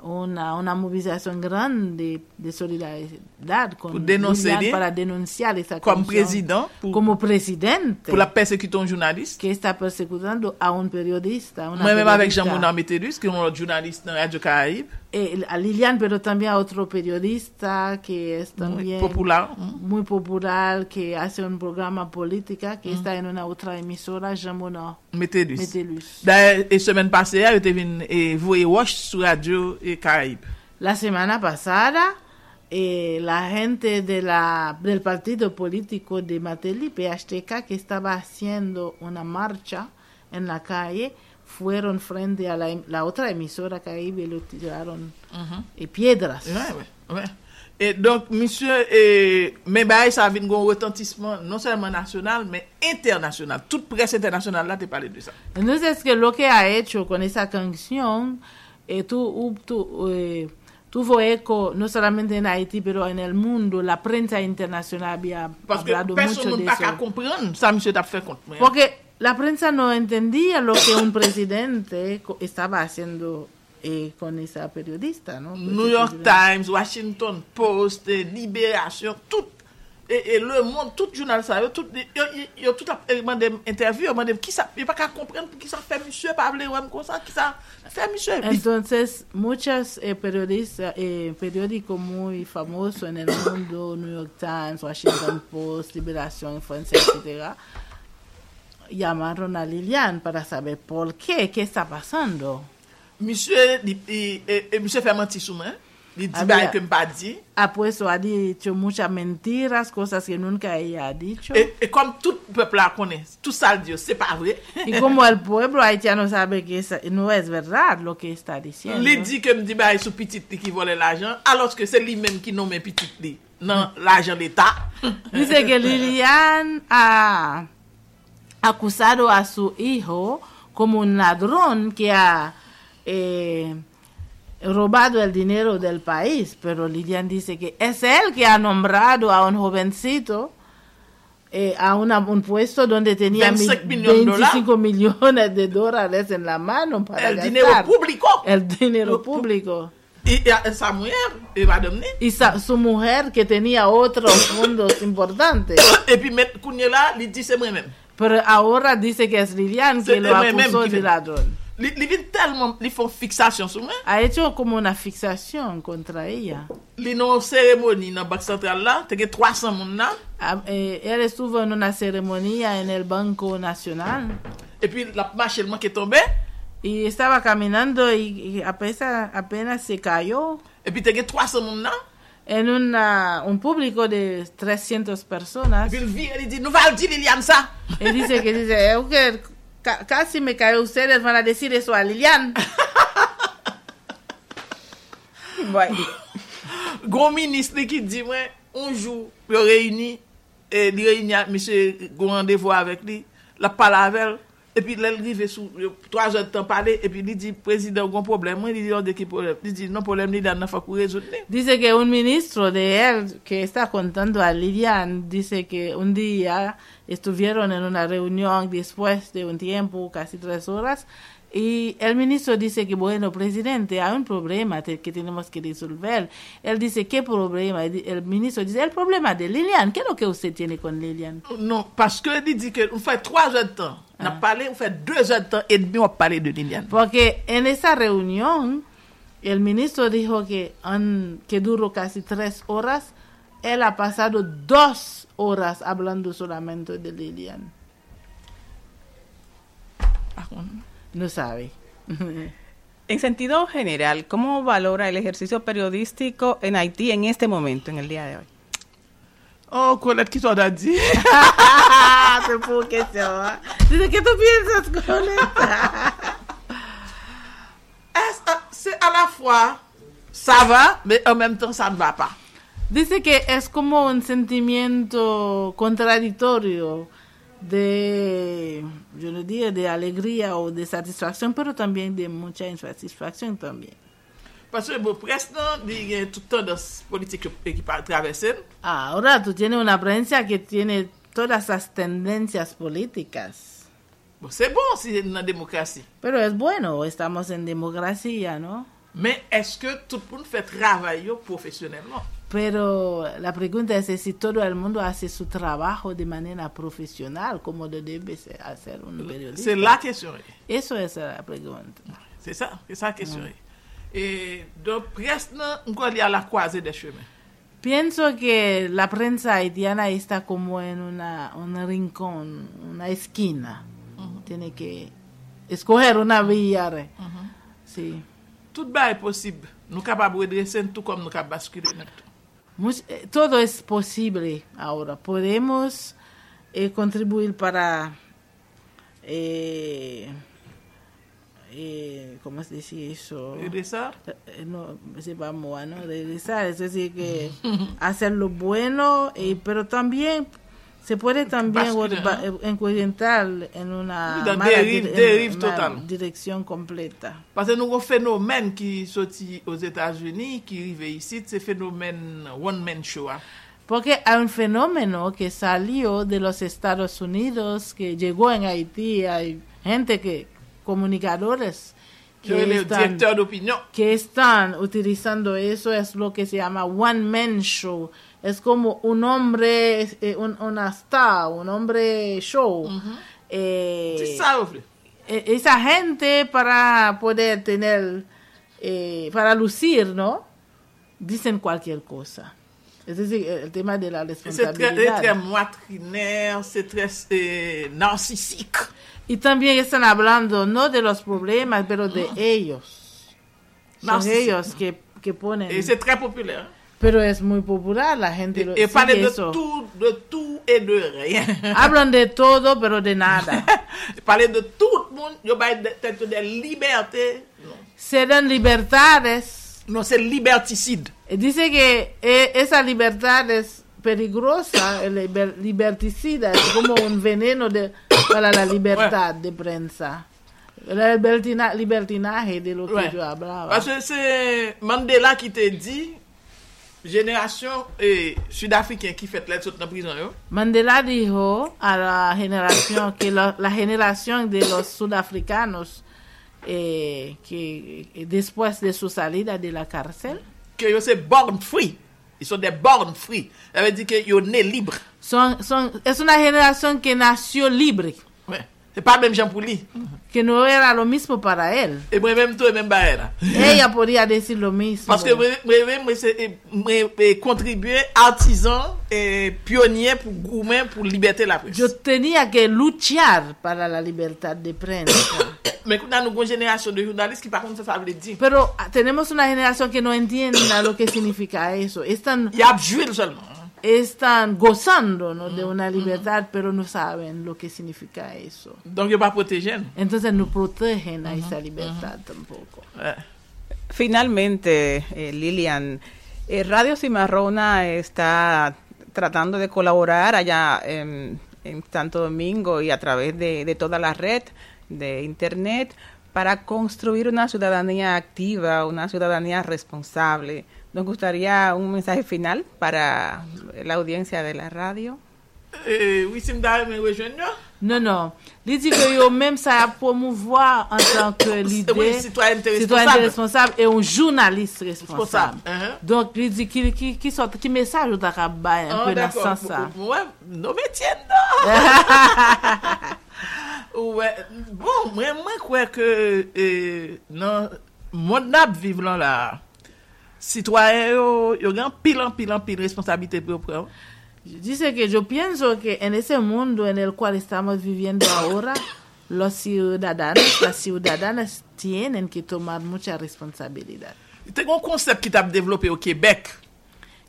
una, una movilización grande de solidaridad con
Pour dénoncer
Lilian
les-
para denunciar esa
Kom
corrupción.
prezident, pou,
como presidente
pou la persekuton jounalist.
que está persecutando a un periodista. a una
Mwen menm avek
periodista.
Jean-Mounan Metelus, ki yon lot jounalist nan Radio Karayib,
Eh, a Lilian, pero también a otro periodista que es también
popular. mm.
muy popular, que hace un programa política,
Mm.
que está en una otra emisora, Jamona
Metelus.
Metelus.
D'ailleurs, et semaine passée, elle était venue et voyer Wash sur Radio et Caraïbes.
La semana pasada, eh, la gente de la, del partido político de Mateli, PHTK, que estaba haciendo una marcha en la calle, fueron frente a la, em- la otra emisora Caribe y le tiraron eh, piedras.
Ouais, ouais, ouais. Et donc, monsieur, et, mais bah, ça a vu un retentissement non seulement national, mais international. Toute presse internationale là, t'es parlé de ça.
Entonces, que lo que ha hecho con esa canción, eh, tu- u- tu, eh, tuvo eco no solamente en Haití, pero en el mundo. La prensa internacional había
Parce que
hablado
personne
mucho
ne
de
peut pas
eso.
comprendre ça, monsieur, t'as fait contre moi.
Porque la prensa no entendía lo que un presidente co- estaba haciendo eh, con esa periodista, ¿no? Pues,
New York Times, Washington Post, eh, Libération, tout. Et, et le monde, tout journal ça, yo, tout, yo, yo, yo tout a eh, mandé interview, yo mandé, qui ça, yo pas qu'à comprendre pour qui ça fait monsieur, pas parler ouais, comme ça, qui ça fait monsieur. Li-
Entonces, muchas eh, periodistas, eh, periódicos muy famosos en el mundo, New York Times, Washington Post, Liberación, Francia, etc., llamaron a Lilian para saber por qué, qué está pasando.
Monsieur, li- i- e- e monsieur fait mentir sous moi. Il
Ah,
dit bah
bien.
que me pas dit.
Ha puesto, Ah, pues, ha dicho muchas mentiras, cosas que nunca ella ha dicho.
Et, et comme tout peuple là connaît, tout ça le Dieu, c'est pas vrai.
Y como el pueblo haitiano sabe que esa- no es verdad lo que está diciendo.
Il dit que me dit bah sous petit li qui volait l'argent alors que c'est lui-même qui nomme petit li dans l'argent de l'État.
Dice que Lilian ha acusado a su hijo como un ladrón que ha eh, robado el dinero del país, pero Lilian dice que es él que ha nombrado a un jovencito eh, a una- un puesto donde tenía mi-
25 millones de
25 millones de dólares en la mano para
El dinero
gastar.
público.
El dinero
Lo-
público.
Et, et, sa mère, elle va donner.
Y sa- su mujer que tenía otros fondos importantes.
Et puis, mettre Kounia là, il dit c'est moi-même.
Pero ahora dice que es Lilian que
C'était
lo
moi-même
acusó
qui
de
l'ai-
ladrón.
Ils viennent tellement, ils font fixation sur moi.
Ha hecho como una fixación contra ella.
Ils ont une cérémonie dans le Banque Centrale là, tu as 300 personnes là.
Ah, eh, él estuvo en una ceremonia en el Banco Nacional
Et puis, E la marche elle, moi, qui est tombée.
y estaba caminando y, y apenas, apenas se cayó
Et puis, tu as 300 personnes là.
en una, un público de 300
Et
personas.
puis, il vient, il dit, nous allons dire Liliane ça.
Él dice que dice, "Eu que ca- casi me cayó ustedes, van a decir eso a Lilian.
Bueno,
Gros ministre qui dit, moi, un jour, e il réunit, et il réunit, monsieur, un rendez-vous avec lui, la parle avec elle. Et puis, là, il arrive sous euh, trois heures de temps parler, et puis, il dit, président, il y a un problème. Moi, Il dit, oh, de qui problème? Il dit, non, problème, il a faut qu'on résoudre.
Dice que un ministro de él que está contando a Lilian dice que un día estuvieron en una reunión después de un tiempo, casi tres horas, y el ministro dice que, bueno, presidente, hay un problema te- que tenemos que resolver. Él dice, ¿qué problema? Y di- El ministro dice, el problema de Lilian, ¿qué es lo que usted tiene con Lilian?
Non, paske li di ke ou fè 3 an tan, nan pale ou fè 2 an tan et demi wap pale de Lilian.
Porque en esa reunión, el ministro dijo que, han- que duró casi tres horas. Él ha pasado dos horas hablando solamente de Lilian. No sabe.
en sentido general, ¿cómo valora el ejercicio periodístico en Haití en este momento, en el día de hoy?
Oh, Colette, ki t'on da di?
Dice, ¿qué tú piensas con esta?
Es- ah, Se a la fwa, sa va, men en menm tan sa n'va pa.
Dice que es como un sentimiento contradictorio de, yo le diría, de alegría o de satisfacción, pero también de mucha insatisfacción también.
Paswe bo pres nan, di gen toutan dos politik yo- e ki pa travesen.
Ahora tú tienes una prensa que tiene todas esas tendencias políticas.
Bon, se bon si nan demokrasi.
Pero es bueno, estamos en democracia, ¿no?
Men eske tout moun fè travay yo profesyonelman?
Pero la pregunta es si todo el mundo hace su trabajo de manera profesional, como lo debe se- hacer un periodista.
Se la kesyon e.
Eso es la pregunta.
Se sa, se sa kesyon e. E do pres nan, mkwa li a la kwaze de chemen.
Pienso que la prensa haitiana está como en una, un rincón, una esquina. Tiene que escoger una vía. re- Sí.
Tout ba e posib. Nou kapab redresen tout kom nou kap baskile nan tout.
Much- eh, todo es posible ahora. Podemos eh, contribuir para, eh, eh, ¿cómo se dice eso?
Redresa,
Eh, No, se vamos a no regresar, es decir, que hacer lo bueno, eh, pero también se puede también
Bascular,
va- eh, encuadrar en una
Una
mala
derive-
en
derive
una
total.
dirección completa.
Pase nou kon fenomen ki soti os Etats-Unis, ki rive isi, se fenomen one man show a.
Porque hay un fenómeno que salió de los Estados Unidos, que llegó en Haití, hay gente que, comunicadores,
Ki re le
están-
direktor d'opinyon.
que están utilizando eso, es lo que se llama one man show. Es como un hombre, eh, un, una star, un hombre show. Eh,
Ti sa ou vle?
e- esa gente para poder tener, eh, para lucir, ¿no? Dicen cualquier cosa. Es decir, eh, el el tema de la
Se tre, e
responsabilidad.
tre mwatrinèr, se tre e, narsisik.
Y también están hablando no de los problemas, pero de ellos. Son
Narcisismo.
ellos que, que ponen.
E se tre populèr.
Pero es muy popular, la gente lo
E pale
sigue
de
eso.
tout, de tout et de rien.
Hablan de todo, pero de nada.
pale de tout moun, yo bay de- tete de liberté.
Se dan libertades.
Non, se liberticide.
Dice que eh, esa libertad es peligrosa, el liber- liberticida, es como un veneno de, para la libertad de prensa. El libertina- libertinaje de lo que
Ouais.
yo hablaba.
Parce que c'est Mandela qui te dit, génération eh, sud-africaine qui fait l'aide saute dans la prison. Yo.
Mandela dijo a la generación que la, la generación de los sudafricanos eh, que eh, después de su salida de la cárcel
que yo c'est born free. Ils sont des born free. Ça veut dire que yo né libre.
son, son, es una generación que nació libre,
Ouais. C'est pas même Jean Pouli.
que no era lo mismo para él.
Et moi même tout et même barré là.
Ella podía decir lo mismo.
Parce que moi moi même moi c'est eh, moi eh, contribuer artisan et pionnier pour gourmet pour liberté la presse.
Yo tenía que luchar para la libertad de prensa.
Mais quand nous avons une génération de journalistes qui par contre ça ça veut dire
Pero ah, tenemos una generación que no entienda lo que significa eso. Están
il y a joué seulement.
están gozando ¿no? de una libertad, pero no saben lo que significa eso.
Donc yo pas protégé. nous.
Entonces no protegen a esa libertad tampoco.
Ouais.
Finalmente, eh, Lilian, eh, Radio Cimarrona está tratando de colaborar allá em, en Santo Domingo y a través de, de toda la red de Internet para construir una ciudadanía activa, una ciudadanía responsable. Nos gustaría un mensaje final para la audiencia de la radio.
Euh, oui, si me d'ailleurs me rejoindre. yo.
Non, non. Li di que yo même ça promouvoir en tant que
Oui,
l'idée
citoyenneté
citoyen
responsable.
responsable et un journaliste responsable.
Responsable. Uh-huh.
Donc, li di ki, ki, ki, sort, ki mesaj ou ta ka bay un
Ah,
peu nan
d'accord.
sens sa.
Ouais, non, mais tiens, non. Ouè, bon, mwen mwen kwe ke eh, nan moun nap viv lan la, sitwayen yo, yo gen pil an pil an pil responsabilite pou yo pren.
Dice que yo pienso que en ese mundo en el cual estamos viviendo ahora, los ciudadanos, las ciudadanas tienen que tomar mucha responsabilidad.
Te kon konsep ki tap devlope yo Québec,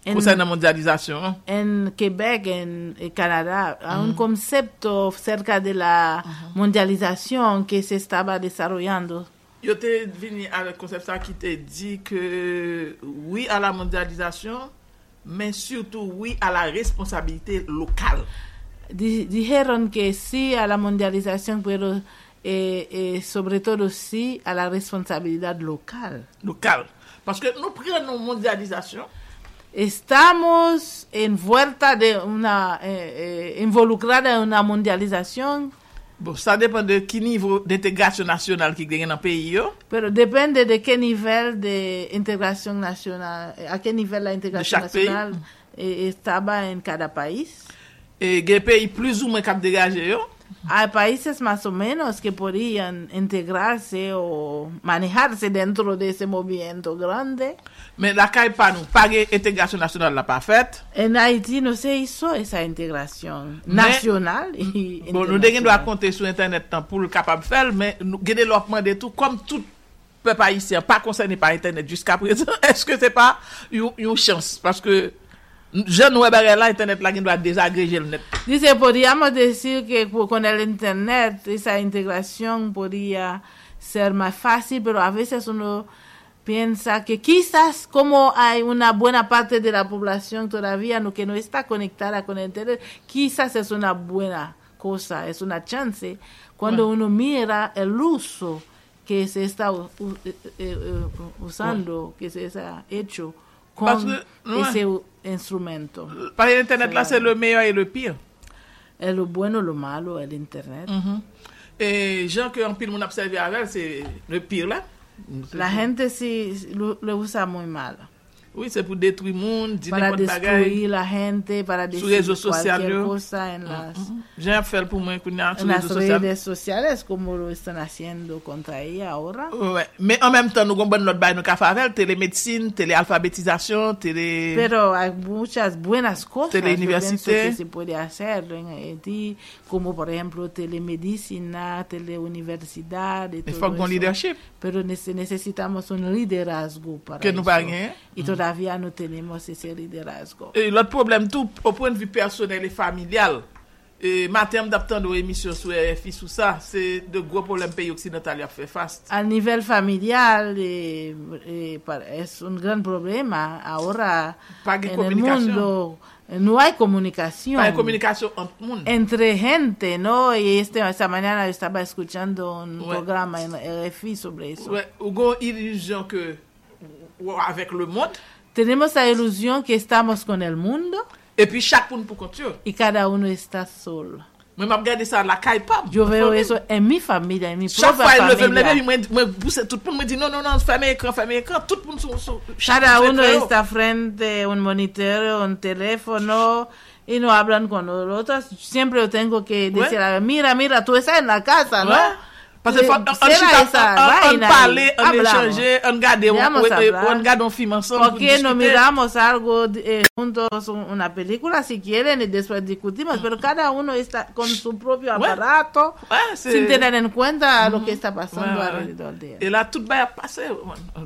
En,
konsen nan mondializasyon. an.
en Quebec, en, en Canadá, hay
Mm.
un concepto cerca de la
Uh-huh.
mundialización que se estaba desarrollando.
Yo te vini avè konsep sa ki te di ke oui a la mondializasyon, men surtout oui a la responsabilite lokal.
Di- dijeron que sí a la mundialización, pero eh, eh, sobre todo sí a la responsabilidad local.
Lokal. Paske nou pren nou mondializasyon,
Estamos envuelta de una, eh, eh, involucrada en una mundialización,
bon, sa depan de ki nivou d'integrasyon nasyonal ki genyen nan peyi yo,
pero depende de qué nivel de integración nacional, eh, a qué nivel la integración
chaque pays.
nacional eh, estaba en cada país.
e gen peyi plus ou men kap degaje yo,
Hay países más o menos que podían integrarse o manejarse dentro de ese movimiento grande.
men la kay pa nou, pa gen integrasyon nasyonal la pa fet,
En Haití no se hizo esa integración
Mais-
nacional y
Bon, nou de gen do
internacional.
akonte sou internet tan pou l kapab fel, men nou gen delopman de tout, kom tout pep haisyen, pa konserni pa internet jiska prezant, eske se pa yon, yon chans, paske jen nou ebere la, internet la gen do a desagreje l net.
Dice, podríamos decir que po- con el Internet esa integración podría ser más fácil, pero a veces uno piensa que quizás como hay una buena parte de la población todavía no, que no está conectada con el Internet, quizás es una buena cosa, es una chance cuando uno mira el uso que se está u- u- eh, eh, eh, usando, que se ha hecho con
Parce que, ouais.
ese u- instrumento.
Par internet la, se le meyo e le pire.
Es lo bueno, lo malo, el internet.
E jen ke an pil moun apseve avel, se le pire la.
La gente sí lo, lo usa muy mal.
Oui, se pou detwi moun, di
Para
nekot bagay.
destruir la gente, para
Su
decir
réseau social,
cualquier
yo.
cosa en las,
Jen ap fel pou mwen kounen
en
sou
las
rezo sosyal.
redes sociales, como lo están haciendo contra ella ahora.
Ouais. Men an menm tan nou gon bon lot bay nou ka favel, telemedisine, telealfabetizasyon, tele...
Pero hay muchas buenas cosas yo
Teleuniversité.
pienso que se puede hacer en Haití, como por ejemplo telemedicina, teleuniversidad. y
Il
todo
faut qu'on
eso.
leadership.
Pero nece- necesitamos un liderazgo para
Que ¿eh? nous
eso.
pas rien.
Y todavía no tenemos ese liderazgo.
Et l'autre problème tout, au point de vue personnel et familial, et matin d'aptan de émission sur RFI sous ça, c'est de gros problèmes pays occidental y a fait face.
A nivel familiar eh, eh, para- es un gran problema. Ahora
Pague
en el
comunicación.
mundo eh, no hay comunicación.
Pas une communication entre monde.
entre gente, ¿no? Y este, esta mañana yo estaba escuchando un
Ouais.
programa en RFI sobre eso.
Ouais, ou gon illusion que ou- ou avec le monde
Tenemos la ilusión que estamos con el mundo
et puis chaque monde pour compte. yo.
y cada uno está solo.
Moi m'a regardé ça la caille pas.
Yo veo eso en mi familia, en mi
Chaque
propia
fois il levé me lever,
familia.
moi moi pousser tout le monde me dit non non non, fermez écran, fermez écran, tout le monde sont sont-
Cada
sont-
uno
sont-
está frente a un monitor, un teléfono y no hablan con los otros. Siempre yo tengo que
Ouais.
decir, a ver, mira, mira, tú estás en la casa, ¿no?
Parce que
Eh,
faut- on- on
será
chita-
esa
on- on- on
vaina
parler,
ahí.
on
Hablamos.
échanger, on regarder, on
Vamos a hablar.
on regarde un film ensemble.
¿Por
pour
qué no
discuter.
miramos algo eh, juntos, un- una película si quieren y después discutimos? Pero cada uno está con su propio
Bueno,
aparato
ouais, c'est-
sin tener en cuenta lo que está
Ouais,
pasando
ouais,
alrededor
ouais.
de él.
Et là, tout va passer.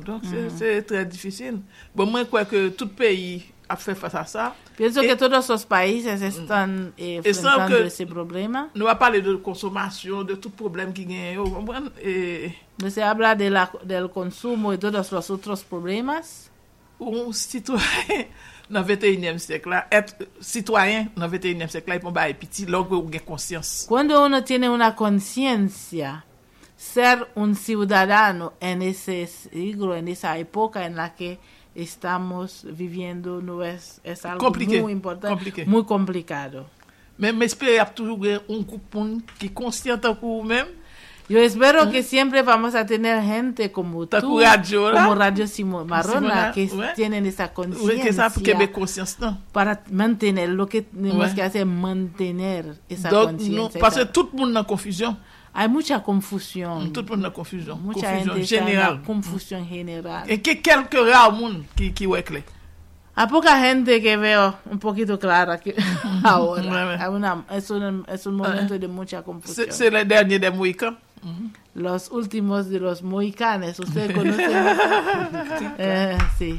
Donc, c'est- c'est très difficile. Bon, moi, je crois que tout pays a fait face à ça.
Pienso
Et-
que todos los países están eh,
Et sans
enfrentando
eh, que-
ese problema.
Nous va parler de consommation, de tout problème qui gagne. vous comprenez? Et
No se habla de la- del consumo y todos los otros problemas.
un citoyen dans le 21e siècle, là, être citoyen dans le 21e siècle, là, il faut pas petit, l'homme ou gagne conscience.
Cuando uno tiene una conciencia, ser un ciudadano en ese siglo, en esa época en la que estamos viviendo, no es, es algo
Compliqué,
muy importante,
compliqué.
muy complicado.
Mais j'espère qu'il y a toujours un groupe monde qui est conscient de vous-même.
Yo espero que siempre vamos a tener gente como
Ta
tú,
couraggio, là.
como Radio Simo-
Simona,
Marona, que
ouais.
tienen esa
Oui, que ça,
conciencia
pour Québec conscience, non?
para mantener lo que tenemos
Ouais.
que hacer, mantener esa
Donc, nous,
conciencia.
parce que
esa-
tout le monde est en confusion.
Hay mucha confusión.
Tout le monde est en confusion.
Mm. Mucha
confusion
gente está en la
générale.
confusión general.
Et que quelques rares monde qui, qui ouais clé.
Hay poca gente que veo un poquito clara que ahora.
Bueno.
Hay una- es, un, es un momento de mucha confusión.
C'est c'est le dernier des Mohicans.
Los últimos de los mohicanes, ¿ustedes conocen? Eh, sí.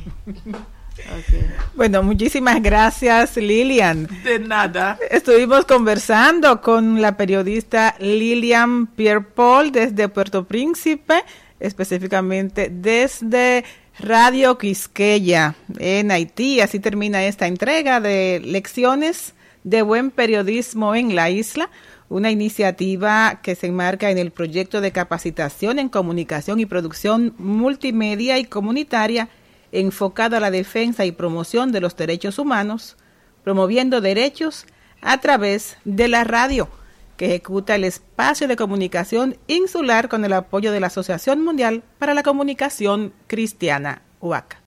Ok.
Bueno, muchísimas gracias Lilian.
De nada.
Estuvimos conversando con la periodista Lilian Pierpol desde Puerto Príncipe, específicamente desde Radio Quisqueya en Haití. Así termina esta entrega de Lecciones de Buen Periodismo en la Isla, una iniciativa que se enmarca en el proyecto de capacitación en comunicación y producción multimedia y comunitaria enfocado a la defensa y promoción de los derechos humanos, promoviendo derechos a través de la radio, que ejecuta el espacio de comunicación insular con el apoyo de la Asociación Mundial para la Comunicación Cristiana, UACA.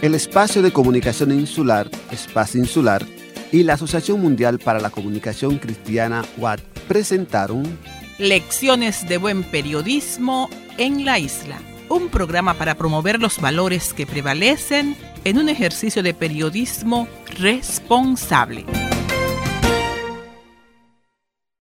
El espacio de comunicación insular, Espacio Insular, y la Asociación Mundial para la Comunicación Cristiana, UAT, presentaron
Lecciones de buen periodismo en la isla. Un programa para promover los valores que prevalecen en un ejercicio de periodismo responsable.